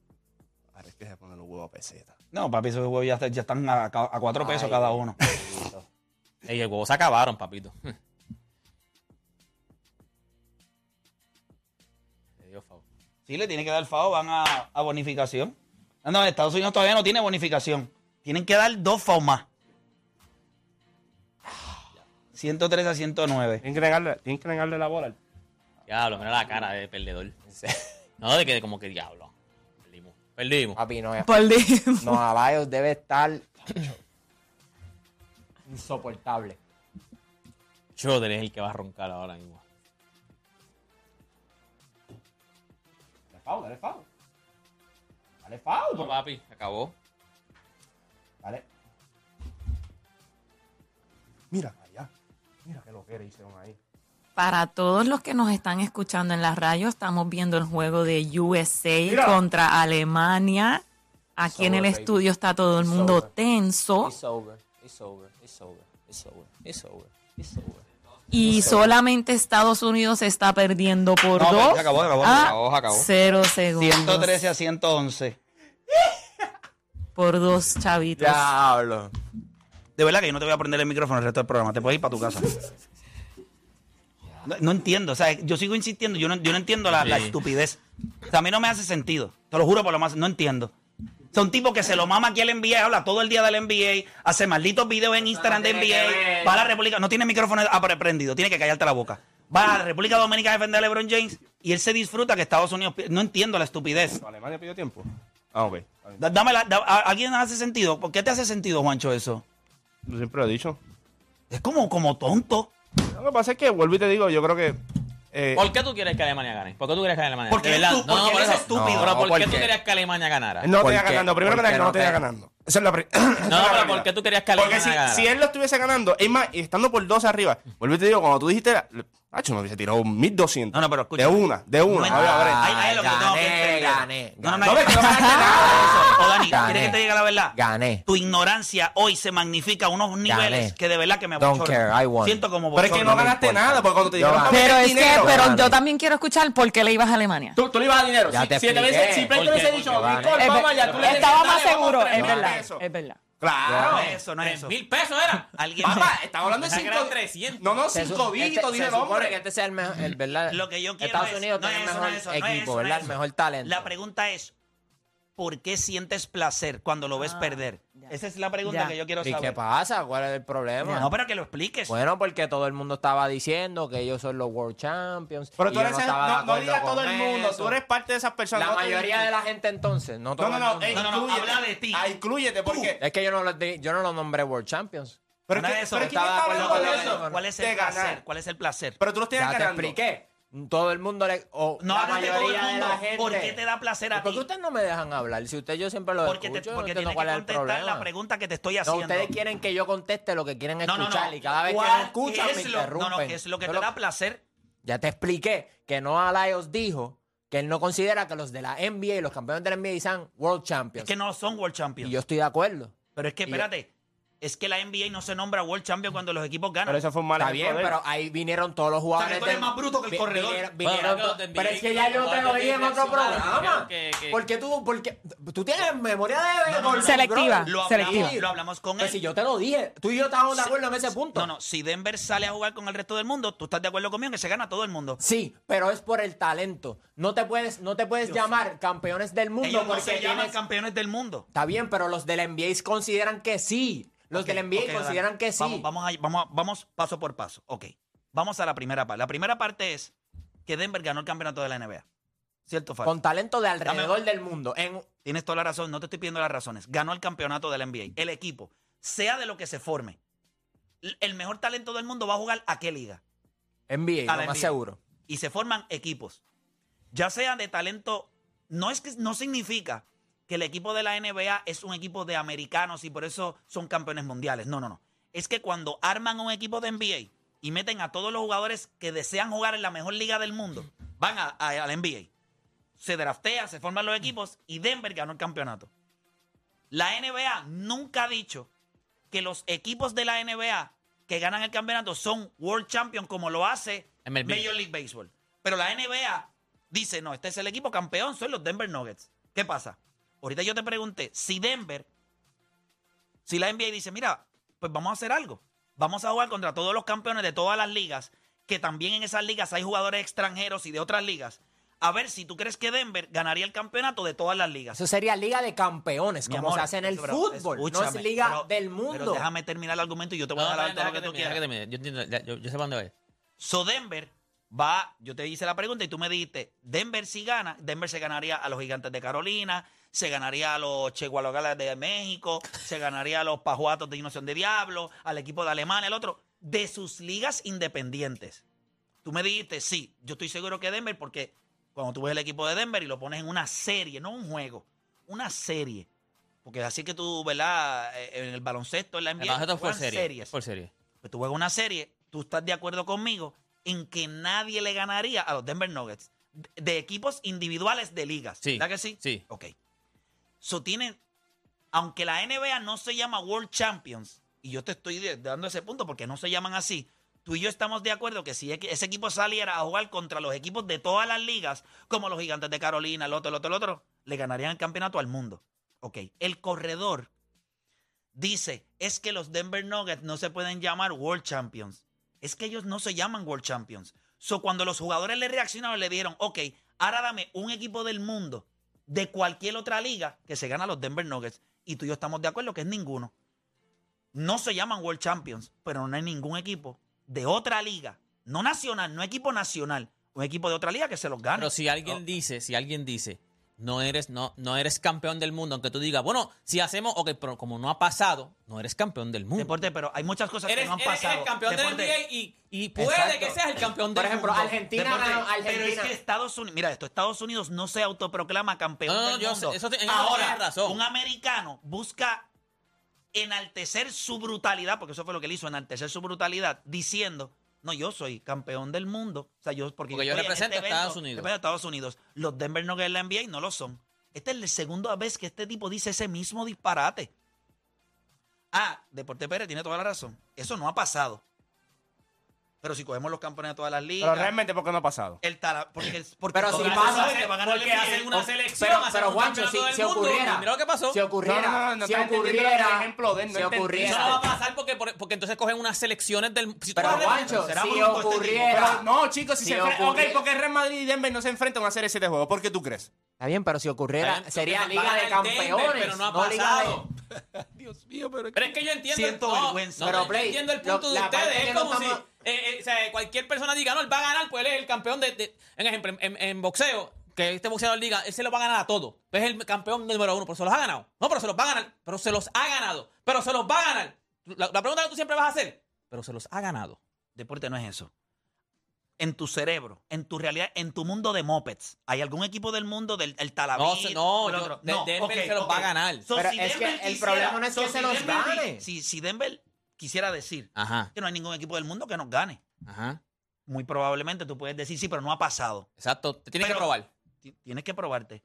Speaker 4: Ahora es que se ponen los huevos a peseta.
Speaker 2: No, papi, esos huevos ya, está- ya están a, ca- a 4 pesos cada uno.
Speaker 7: Ey, el huevo se acabaron, papito. dio favor.
Speaker 2: Sí, le tienen que dar FAO, van a, a bonificación. Ah, No, Estados Unidos todavía no tiene bonificación. Tienen que dar dos FAO más. 103 a 109.
Speaker 4: Tienen que negarle, tienen que negarle la bola. al-
Speaker 7: Diablo, mira la cara de perdedor. No, de que como que diablo. Perdimos. Perdimos.
Speaker 3: Papi, no es.
Speaker 5: Perdimos.
Speaker 3: No, Abayos debe estar insoportable.
Speaker 7: Choder es el que va a roncar ahora mismo.
Speaker 4: Dale foul, dale foul. Dale foul,
Speaker 7: No,
Speaker 4: por-
Speaker 7: papi, se acabó.
Speaker 4: Dale. Mira allá. Mira qué lo que hicieron ahí.
Speaker 5: Para todos los que nos están escuchando en la radio, estamos viendo el juego de USA contra Alemania. Aquí en el
Speaker 3: over, baby.
Speaker 5: estudio está todo el
Speaker 3: It's
Speaker 5: mundo
Speaker 3: over.
Speaker 5: tenso
Speaker 3: It's over, it's over, it's over, it's over, it's over, it's over.
Speaker 5: y solamente Estados Unidos está perdiendo por
Speaker 2: No, pero
Speaker 5: dos.
Speaker 2: se acabó, se acabó, se
Speaker 5: a
Speaker 2: acabó, se acabó.
Speaker 5: Cero segundos.
Speaker 2: 113 a 111.
Speaker 5: Por dos chavitos.
Speaker 3: Diablo.
Speaker 2: De verdad que yo no te voy a prender el micrófono el resto del programa. Te puedes ir para tu casa. No, no entiendo. O sea, yo sigo insistiendo. Yo no, yo no entiendo la, la
Speaker 7: Sí.
Speaker 2: estupidez. O sea, a mí no me hace sentido. Te lo juro por lo más. No entiendo. Son tipos que se lo mama aquí al NBA, habla todo el día del NBA, hace malditos videos en Instagram de NBA, va a la República, no tiene micrófono apre- prendido, tiene que callarte la boca. Va a la República Dominicana a defender a LeBron James y él se disfruta que Estados Unidos... pi- No entiendo la estupidez.
Speaker 4: Alemania pidió tiempo. Ah, ok. Está bien.
Speaker 2: Da- Dame la, da- ¿A a quién hace sentido? ¿Por qué te hace sentido, Juancho, eso?
Speaker 4: Yo siempre lo he dicho.
Speaker 2: Es como, como tonto.
Speaker 4: Lo que pasa es que, vuelvo y te digo, yo creo que. eh,
Speaker 7: ¿Por qué tú quieres que Alemania gane? ¿Por qué tú quieres que Alemania gane?
Speaker 2: Porque
Speaker 7: De
Speaker 2: eres
Speaker 7: verdad.
Speaker 2: tú- porque
Speaker 7: por
Speaker 2: eres
Speaker 7: eso.
Speaker 2: estúpido.
Speaker 7: Pero
Speaker 3: No,
Speaker 7: ¿por, qué tú
Speaker 3: porque-
Speaker 7: querías que Alemania ganara? No,
Speaker 4: no te
Speaker 3: ¿Por
Speaker 4: iba
Speaker 3: qué?
Speaker 4: ganando. Primero que
Speaker 3: ¿Por
Speaker 4: nada,
Speaker 3: qué
Speaker 4: que no,
Speaker 3: no
Speaker 4: te iba
Speaker 3: te-
Speaker 4: ganando. Esa es la pri- esa es la
Speaker 7: pero ¿por
Speaker 4: realidad.
Speaker 7: qué tú querías que Alemania
Speaker 4: Porque si,
Speaker 7: ganara?
Speaker 4: si él lo estuviese ganando, es más, y estando por 12 arriba, vuelvo y te digo, cuando tú dijiste, Hacho, me hubiese tirado 1200.
Speaker 2: No, no, pero escucha.
Speaker 4: De una, de una.
Speaker 2: No,
Speaker 4: A ver, a ver.
Speaker 2: Ahí, ahí es lo que tengo que
Speaker 3: Gané,
Speaker 2: entender.
Speaker 3: gané,
Speaker 2: No, no, no,
Speaker 3: gané.
Speaker 2: hay que-
Speaker 4: No, pero no ganaste nada.
Speaker 2: Eso. O Dani,
Speaker 3: Gané.
Speaker 2: ¿quieres que te diga la verdad?
Speaker 3: Gané.
Speaker 2: Tu ignorancia hoy se magnifica a unos niveles
Speaker 3: Gané.
Speaker 2: que de verdad que me
Speaker 3: Don't
Speaker 2: abochornan.
Speaker 3: care, I won.
Speaker 2: Siento como
Speaker 4: Pero es que
Speaker 2: bochorno.
Speaker 4: no ganaste
Speaker 3: importa.
Speaker 4: nada, porque cuando te
Speaker 3: Yo
Speaker 4: dijeron, "Vamos
Speaker 3: gané.
Speaker 4: a
Speaker 5: Pero
Speaker 4: meter
Speaker 5: es que,
Speaker 4: dinero",
Speaker 5: pero
Speaker 3: Dani.
Speaker 5: yo también quiero escuchar por qué le ibas a Alemania.
Speaker 9: Tú, tú le ibas a dinero.
Speaker 3: Ya
Speaker 9: si,
Speaker 3: te
Speaker 9: si te hubiese-
Speaker 3: expliqué.
Speaker 9: si Play te hubiese
Speaker 7: Porque-
Speaker 9: dicho,
Speaker 3: porque van-
Speaker 9: Nicole,
Speaker 5: Es
Speaker 9: vamos
Speaker 5: ver-
Speaker 9: allá, tú le decías,
Speaker 5: eh, estaba más
Speaker 9: "Dale, vamos,
Speaker 5: seguro,
Speaker 9: tres
Speaker 5: es
Speaker 9: mil
Speaker 5: verdad,
Speaker 4: pesos".
Speaker 5: es verdad.
Speaker 2: No
Speaker 4: Claro.
Speaker 2: es eso, no es eso.
Speaker 7: mil pesos era.
Speaker 2: Alguien
Speaker 4: Papá,
Speaker 3: este,
Speaker 4: estaba hablando de
Speaker 7: Pensaba que
Speaker 4: 5
Speaker 7: eran 300.
Speaker 4: No, no,
Speaker 3: Se
Speaker 4: 5
Speaker 3: su-
Speaker 4: dígitos,
Speaker 3: este-
Speaker 4: dije
Speaker 3: se
Speaker 4: el
Speaker 3: supone
Speaker 4: hombre.
Speaker 3: que este sea el mejor, el verdad.
Speaker 2: Lo que yo quiero
Speaker 3: Estados
Speaker 2: es-
Speaker 3: Unidos
Speaker 2: no
Speaker 3: tiene
Speaker 2: es
Speaker 3: el
Speaker 2: eso,
Speaker 3: mejor
Speaker 2: no es eso, no es
Speaker 3: equipo,
Speaker 2: eso, no
Speaker 3: ¿verdad?
Speaker 2: es
Speaker 3: el
Speaker 2: eso.
Speaker 3: mejor talento.
Speaker 2: La pregunta es, ¿por qué sientes placer cuando lo ves perder? Esa es la pregunta
Speaker 5: Ah, Ya.
Speaker 2: que yo quiero
Speaker 3: ¿Y qué
Speaker 2: saber.
Speaker 3: pasa? ¿Cuál es el problema?
Speaker 2: No, pero que lo expliques.
Speaker 3: Bueno, porque todo el mundo estaba diciendo que ellos son los World Champions.
Speaker 4: Pero
Speaker 3: y
Speaker 4: tú
Speaker 3: yo
Speaker 4: eres
Speaker 3: no
Speaker 4: el-
Speaker 3: estaba de
Speaker 4: no, no
Speaker 3: acuerdo
Speaker 4: digas
Speaker 3: con
Speaker 4: todo el mundo,
Speaker 3: eso.
Speaker 4: tú eres parte de esas personas.
Speaker 3: La
Speaker 4: no te-
Speaker 3: mayoría de la gente entonces, no todo
Speaker 4: No, no,
Speaker 3: el
Speaker 4: no,
Speaker 3: mundo.
Speaker 4: e
Speaker 2: No, no, no,
Speaker 4: inclúyete.
Speaker 2: habla de ti.
Speaker 4: Ah, inclúyete, porque.
Speaker 3: Es que yo no, lo, di- yo no lo nombré World Champions.
Speaker 4: Pero,
Speaker 2: No
Speaker 4: es
Speaker 2: es
Speaker 4: que-
Speaker 2: eso,
Speaker 4: pero
Speaker 2: no
Speaker 4: ¿quién
Speaker 3: estaba
Speaker 4: está
Speaker 3: de
Speaker 4: hablando
Speaker 3: acuerdo
Speaker 4: de
Speaker 3: con
Speaker 4: eso?
Speaker 3: eso.
Speaker 2: ¿Cuál es
Speaker 4: De
Speaker 2: el
Speaker 4: ganar.
Speaker 2: placer? ¿Cuál es el placer?
Speaker 4: Pero tú lo estás
Speaker 3: Ya te
Speaker 4: ganando.
Speaker 3: expliqué. Todo el mundo le... o
Speaker 2: No
Speaker 3: la
Speaker 2: hablas de todo el
Speaker 3: mayoría de
Speaker 2: mundo.
Speaker 3: la gente.
Speaker 2: ¿Por qué te da placer a
Speaker 3: ¿Por
Speaker 2: ti?
Speaker 3: qué ustedes no me dejan hablar? Si ustedes yo siempre lo
Speaker 2: Porque, te,
Speaker 3: escucho, yo
Speaker 2: porque
Speaker 3: no entiendo
Speaker 2: tienes que
Speaker 3: cuál es el
Speaker 2: contestar
Speaker 3: problema.
Speaker 2: la pregunta que te estoy
Speaker 3: No,
Speaker 2: haciendo.
Speaker 3: ustedes quieren que yo conteste lo que quieren
Speaker 2: No,
Speaker 3: escuchar
Speaker 2: no, no.
Speaker 3: y cada vez que
Speaker 2: ¿Cuál
Speaker 3: no escuchan
Speaker 2: es
Speaker 3: me
Speaker 2: lo-
Speaker 3: interrumpen.
Speaker 2: No, no, que es lo que te
Speaker 3: Solo-
Speaker 2: da placer.
Speaker 3: Ya te expliqué que no Alayos dijo que él no considera que los de la NBA y los campeones de la NBA sean World
Speaker 2: Es
Speaker 3: Champions.
Speaker 2: que no son World Champions.
Speaker 3: Y yo estoy de acuerdo.
Speaker 2: pero es que,
Speaker 3: y yo-
Speaker 2: espérate, es que la NBA no se nombra World Champion cuando los equipos ganan.
Speaker 4: Pero eso fue un mal
Speaker 3: Está
Speaker 4: ejemplo
Speaker 3: bien,
Speaker 4: de él.
Speaker 3: pero ahí vinieron todos los
Speaker 2: sea,
Speaker 3: jugadores.
Speaker 2: que tú eres
Speaker 3: del-
Speaker 2: más bruto que el
Speaker 3: vi-
Speaker 2: corredor.
Speaker 3: vinieron-
Speaker 7: Bueno,
Speaker 3: vinieron
Speaker 7: pero
Speaker 3: todos-
Speaker 7: de
Speaker 3: pero es que ya yo te
Speaker 7: jugadores
Speaker 3: oí en
Speaker 7: de
Speaker 3: otro
Speaker 7: Nacional,
Speaker 2: ah,
Speaker 3: programa.
Speaker 7: que- que-
Speaker 3: Porque tú, porque tú tienes memoria de
Speaker 2: No, no, no,
Speaker 5: Selectiva.
Speaker 2: Lo hablamos,
Speaker 5: Selectiva.
Speaker 2: lo hablamos con
Speaker 3: Pues
Speaker 2: él.
Speaker 3: si yo te lo dije, tú y yo estábamos de acuerdo en ese punto.
Speaker 2: No, no, si Denver sale a jugar con el resto del mundo, tú estás de acuerdo conmigo en que se gana todo el mundo.
Speaker 3: Sí, pero es por el talento. No te puedes, no te puedes llamar campeones del mundo
Speaker 2: Ellos no
Speaker 3: porque
Speaker 2: se llaman
Speaker 3: tienes-
Speaker 2: campeones del mundo.
Speaker 3: Está bien, pero los del NBA consideran que sí. Los
Speaker 2: Ok,
Speaker 3: del NBA
Speaker 2: ok,
Speaker 3: consideran
Speaker 2: Adán.
Speaker 3: que sí.
Speaker 2: Vamos, vamos, a- vamos, a- vamos paso por paso. Ok. Vamos a la primera parte. La primera parte es que Denver ganó el campeonato de la NBA. ¿Cierto, o falso?
Speaker 3: Con talento de alrededor del mundo. En,
Speaker 2: Tienes toda la razón, no te estoy pidiendo las razones. Ganó el campeonato de la NBA. El equipo, sea de lo que se forme, l- el mejor talento del mundo va a jugar a qué liga.
Speaker 3: NBA,
Speaker 2: A
Speaker 3: lo
Speaker 2: la
Speaker 3: más
Speaker 2: NBA.
Speaker 3: seguro.
Speaker 2: Y se forman equipos. Ya sea de talento, no es que no significa que el equipo de la NBA es un equipo de americanos y por eso son campeones mundiales. No, no, no. Es que cuando arman un equipo de NBA y meten a todos los jugadores que desean jugar en la mejor liga del mundo, van a, a- a la NBA. Se draftea, se forman los equipos y Denver ganó el campeonato. La NBA nunca ha dicho que los equipos de la NBA que ganan el campeonato son World Champion como lo hace
Speaker 7: MLB.
Speaker 2: Major League Baseball. Pero la NBA dice, no, este es el equipo campeón, son los Denver Nuggets. ¿Qué pasa? Ahorita yo te pregunté, si Denver, si la NBA dice, mira, pues vamos a hacer algo. Vamos a jugar contra todos los campeones de todas las ligas, que también en esas ligas hay jugadores extranjeros y de otras ligas. a ver si tú crees que Denver ganaría el campeonato de todas las ligas.
Speaker 3: Eso sería liga de campeones,
Speaker 2: Mi
Speaker 3: como
Speaker 2: amor,
Speaker 3: se hace en el
Speaker 2: pero
Speaker 3: fútbol. no
Speaker 2: escúchame,
Speaker 3: es liga
Speaker 2: pero-
Speaker 3: del
Speaker 2: Pero
Speaker 3: mundo.
Speaker 2: déjame terminar el argumento y yo te voy
Speaker 7: No,
Speaker 2: a
Speaker 7: no,
Speaker 2: dar todo
Speaker 7: deja
Speaker 2: lo
Speaker 7: que
Speaker 2: que tú
Speaker 7: termine, deja
Speaker 2: quieras.
Speaker 7: que termine. Yo entiendo, ya, yo- yo sé para dónde va.
Speaker 2: So Denver va, yo te hice la pregunta y tú me dijiste, Denver si gana, Denver se ganaría a los gigantes de Carolina, se ganaría a los Chegualogales de México, se ganaría a los Pajuatos de Innovación de Diablo, al equipo de Alemania, el otro, de sus ligas independientes. Tú me dijiste, sí, yo estoy seguro que Denver, porque cuando tú ves el equipo de Denver y lo pones en una serie, no un juego, una serie. Porque así que tú, ¿verdad? Eh, En el baloncesto, en la NBA,
Speaker 7: El baloncesto es por
Speaker 2: juegan
Speaker 7: serie,
Speaker 2: series.
Speaker 7: es por serie.
Speaker 2: Pues tú juegas una serie, tú estás de acuerdo conmigo en que nadie le ganaría a los Denver Nuggets de- de equipos individuales de ligas.
Speaker 7: Sí,
Speaker 2: ¿Verdad que sí?
Speaker 7: sí.
Speaker 2: Ok. So tienen, aunque la NBA no se llama World Champions, y yo te estoy de- dando ese punto porque no se llaman así, tú y yo estamos de acuerdo que si equi- ese equipo saliera a jugar contra los equipos de todas las ligas, como los gigantes de Carolina, el otro, el otro, el otro, le ganarían el campeonato al mundo. Ok. El corredor dice, es que los Denver Nuggets no se pueden llamar World Champions. Es que ellos no se llaman World Champions. So, cuando los jugadores le reaccionaron, le dijeron, ok, ahora dame un equipo del mundo de cualquier otra liga que se gana los Denver Nuggets. Y tú y yo estamos de acuerdo que es ninguno. No se llaman World Champions, pero no hay ningún equipo de otra liga, no nacional, no equipo nacional, un equipo de otra liga que se los gane.
Speaker 7: Pero si alguien
Speaker 2: No.
Speaker 7: dice, si alguien dice, no eres, no, no eres campeón del mundo, aunque tú digas, bueno, si hacemos, ok, pero como no ha pasado, no eres campeón del mundo.
Speaker 2: Deporte, pero hay muchas cosas
Speaker 7: Eres,
Speaker 2: que no han
Speaker 7: eres-
Speaker 2: pasado.
Speaker 7: eres campeón
Speaker 2: Deporte,
Speaker 7: del NBA y, y puede
Speaker 3: Exacto.
Speaker 7: que seas el campeón
Speaker 3: Por
Speaker 7: del
Speaker 3: ejemplo,
Speaker 7: mundo.
Speaker 3: Argentina
Speaker 2: Deporte,
Speaker 3: ganó-
Speaker 2: pero es
Speaker 3: Argentina.
Speaker 2: que Estados Unidos, mira esto, Estados Unidos no se autoproclama campeón
Speaker 7: No, no,
Speaker 2: del
Speaker 7: yo
Speaker 2: mundo.
Speaker 7: Ah, sé, eso te- en eso
Speaker 2: Ahora,
Speaker 7: tienes razón.
Speaker 2: un americano busca enaltecer su brutalidad, porque eso fue lo que él hizo, enaltecer su brutalidad, diciendo, no, yo soy campeón del mundo. O sea, yo, porque,
Speaker 7: Porque yo
Speaker 2: estoy en
Speaker 7: represento a Estados
Speaker 2: evento,
Speaker 7: Unidos.
Speaker 2: represento a Estados Unidos. Los Denver Nuggets de la NBA no lo son. Esta es la segunda vez que este tipo dice ese mismo disparate. Ah, Deporte Pérez tiene toda la razón. Eso no ha pasado. Pero si cogemos los campeones de todas las ligas.
Speaker 4: Pero realmente, ¿por qué no ha pasado?
Speaker 2: El tala- porque, el- porque
Speaker 3: Pero si
Speaker 2: porque
Speaker 3: pasa,
Speaker 2: saben que van a ganar
Speaker 7: porque
Speaker 2: el
Speaker 7: hacen
Speaker 2: NBA.
Speaker 7: una
Speaker 2: O-
Speaker 7: selección,
Speaker 3: Pero,
Speaker 7: hacen
Speaker 3: pero
Speaker 7: un
Speaker 3: Juancho, si,
Speaker 7: campeonato del
Speaker 3: si
Speaker 7: mundo,
Speaker 3: ocurriera.
Speaker 7: y mira lo que pasó.
Speaker 3: Si ocurriera.
Speaker 4: No, no, no, no
Speaker 3: si
Speaker 4: estás entendiendo
Speaker 3: ocurriera.
Speaker 4: el ejemplo de él, no
Speaker 3: si
Speaker 4: entendí.
Speaker 3: ocurriera.
Speaker 7: Eso no va a pasar porque, por- porque entonces cogen unas selecciones del si tú
Speaker 3: Pero
Speaker 7: vas a-
Speaker 3: Juancho,
Speaker 2: será
Speaker 3: si
Speaker 2: bruto este
Speaker 3: ocurriera.
Speaker 4: Pero, no, chicos, si,
Speaker 3: Si
Speaker 4: se enfrentan. Ok,
Speaker 3: ocurriera-
Speaker 4: porque Real Madrid y Denver no se enfrentan a una serie de siete juegos. ¿Por qué tú crees?
Speaker 3: Está bien, pero si ocurriera,
Speaker 7: Está bien,
Speaker 3: sería
Speaker 7: porque
Speaker 3: Liga
Speaker 7: van
Speaker 3: de
Speaker 7: al Denver,
Speaker 3: Campeones.
Speaker 7: pero no
Speaker 3: Liga
Speaker 7: ha
Speaker 3: de-
Speaker 7: pasado.
Speaker 4: Dios mío,
Speaker 7: Pero es que yo entiendo.
Speaker 2: Siento
Speaker 7: no,
Speaker 2: vergüenza.
Speaker 7: no,
Speaker 3: Pero,
Speaker 7: yo
Speaker 3: Play,
Speaker 7: entiendo el
Speaker 3: lo-
Speaker 7: punto de
Speaker 3: la parte
Speaker 7: ustedes.
Speaker 3: que
Speaker 7: Es
Speaker 3: no
Speaker 7: como si
Speaker 3: estamos-
Speaker 7: eh, eh, o sea, cualquier persona diga, no, él va a ganar, pues él es el campeón de. de- en ejemplo, en, en boxeo, que este boxeador diga, él se lo va a ganar a todos. Es el campeón número uno, pero se los ha ganado. No, pero se los va a ganar. Pero se los ha ganado. Pero se los va a ganar. La, la pregunta que tú siempre vas a hacer, pero se los ha ganado.
Speaker 2: Deporte no es eso. En tu cerebro, en tu realidad, en tu mundo de mopeds, ¿hay algún equipo del mundo del el Talaví?
Speaker 7: No, no, yo- de- Denver se los va a ganar.
Speaker 3: Pero es que el problema no es que se los gane.
Speaker 2: Si, si Denver quisiera decir
Speaker 7: Ajá,
Speaker 2: que no hay ningún equipo del mundo que nos gane,
Speaker 7: ajá.
Speaker 2: muy probablemente tú puedes decir sí, pero no ha pasado.
Speaker 7: Exacto. Te tienes
Speaker 2: Pero-
Speaker 7: que probar.
Speaker 2: Ti- Tienes que probarte.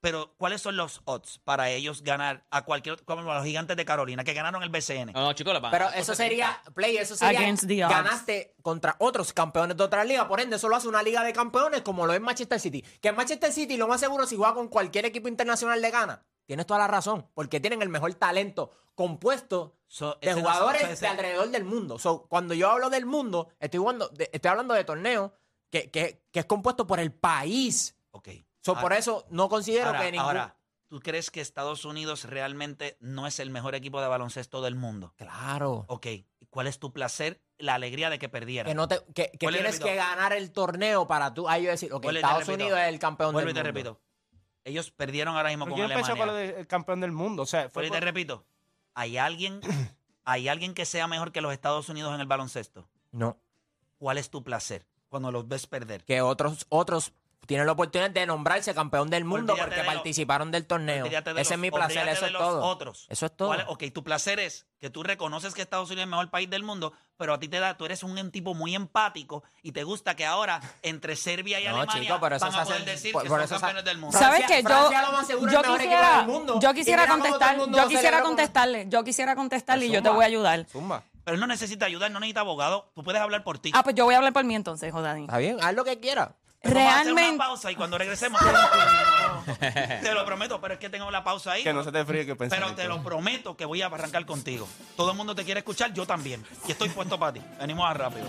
Speaker 2: Pero, ¿cuáles son los odds para ellos ganar a cualquier otro- como a los gigantes de Carolina que ganaron el BCN?
Speaker 7: No, no, chicos, los van a
Speaker 3: Pero
Speaker 7: ganar por
Speaker 3: eso
Speaker 7: 70.
Speaker 3: sería, Play, eso sería.
Speaker 5: Against the odds.
Speaker 3: ganaste contra otros campeones de otra liga. Por ende, solo hace una liga de campeones como lo es Manchester City. Que en Manchester City, lo más seguro, si juega con cualquier equipo internacional le gana. Tienes toda la razón, porque tienen el mejor talento compuesto
Speaker 2: So,
Speaker 3: de
Speaker 2: ese no-
Speaker 3: jugadores
Speaker 2: ese-
Speaker 3: de alrededor del mundo. So, cuando yo hablo del mundo, estoy, jugando de- estoy hablando de torneo que, que- que es compuesto por el país.
Speaker 2: Ok.
Speaker 3: So,
Speaker 2: Ahora-
Speaker 3: por eso no considero
Speaker 2: ahora,
Speaker 3: que ningún...
Speaker 2: ahora, ¿tú crees que Estados Unidos realmente no es el mejor equipo de baloncesto del mundo?
Speaker 3: Claro.
Speaker 2: Ok. ¿y ¿Cuál es tu placer? La alegría de que perdiera.
Speaker 3: Que, no te, que, que
Speaker 2: Vuelvo y
Speaker 3: tienes
Speaker 2: repito.
Speaker 3: que ganar el torneo para tú. Ahí yo decir, ok,
Speaker 2: Vuelvo y te
Speaker 3: Estados
Speaker 2: repito.
Speaker 3: Unidos es el campeón
Speaker 2: Vuelvo y
Speaker 3: del
Speaker 2: te
Speaker 3: mundo.
Speaker 2: repito. Ellos perdieron ahora mismo
Speaker 4: Pero
Speaker 2: con
Speaker 4: ¿Quién
Speaker 2: Alemania.
Speaker 4: empezó con lo del campeón del mundo? O sea, fue
Speaker 2: Vuelvo y te
Speaker 4: por-
Speaker 2: repito. ¿Hay alguien, ¿Hay alguien que sea mejor que los Estados Unidos en el baloncesto?
Speaker 3: No,
Speaker 2: ¿Cuál es tu placer cuando los ves perder?
Speaker 3: que otros, otros tienen la oportunidad de nombrarse campeón del mundo
Speaker 2: Olvídate
Speaker 3: porque
Speaker 2: de los-
Speaker 3: participaron del torneo. Ese
Speaker 2: Olvídate de
Speaker 3: es
Speaker 2: los-
Speaker 3: mi placer,
Speaker 2: olvídate
Speaker 3: eso
Speaker 2: de
Speaker 3: es
Speaker 2: los
Speaker 3: todo.
Speaker 2: Otros.
Speaker 3: Eso es todo.
Speaker 2: ¿Cuál es? ok, tu placer es que tú reconoces que Estados Unidos es el mejor país del mundo, pero a ti te da, tú eres un tipo muy empático y te gusta que ahora entre Serbia y
Speaker 3: No,
Speaker 2: Alemania
Speaker 3: chico, pero eso
Speaker 2: van
Speaker 3: se
Speaker 2: a
Speaker 3: hace-
Speaker 2: poder decir
Speaker 3: por-
Speaker 2: que
Speaker 3: por
Speaker 2: son
Speaker 3: eso se-
Speaker 2: campeones del mundo.
Speaker 3: Fra-
Speaker 2: Pero
Speaker 11: ¿Sabes qué?
Speaker 3: Francia-
Speaker 11: Yo,
Speaker 3: Francia, lo más seguro, es
Speaker 11: yo
Speaker 3: el mejor equipo
Speaker 11: quisiera,
Speaker 3: del mundo.
Speaker 11: yo
Speaker 3: Y
Speaker 11: quisiera
Speaker 3: mira cómo todo el
Speaker 11: contestar,
Speaker 3: mundo
Speaker 11: yo
Speaker 3: lo
Speaker 11: quisiera
Speaker 3: celebra como-
Speaker 11: contestarle, yo quisiera contestarle y yo te
Speaker 4: Zumba.
Speaker 11: voy a ayudar.
Speaker 4: Zumba.
Speaker 2: él no necesita ayuda, él no necesita abogado. Tú puedes hablar por ti.
Speaker 11: Ah, pues yo voy a hablar por mí entonces, Jodani.
Speaker 3: Está bien, haz lo que quieras.
Speaker 2: Vamos a hacer
Speaker 11: Realmente,
Speaker 2: una pausa y cuando regresemos. te lo prometo, pero es que tengo la pausa ahí.
Speaker 4: Que no se te fríe que
Speaker 2: pero
Speaker 4: pensamiento.
Speaker 2: te lo prometo que voy a arrancar contigo. Todo el mundo te quiere escuchar, yo también. Y estoy puesto para ti. Venimos a rápido.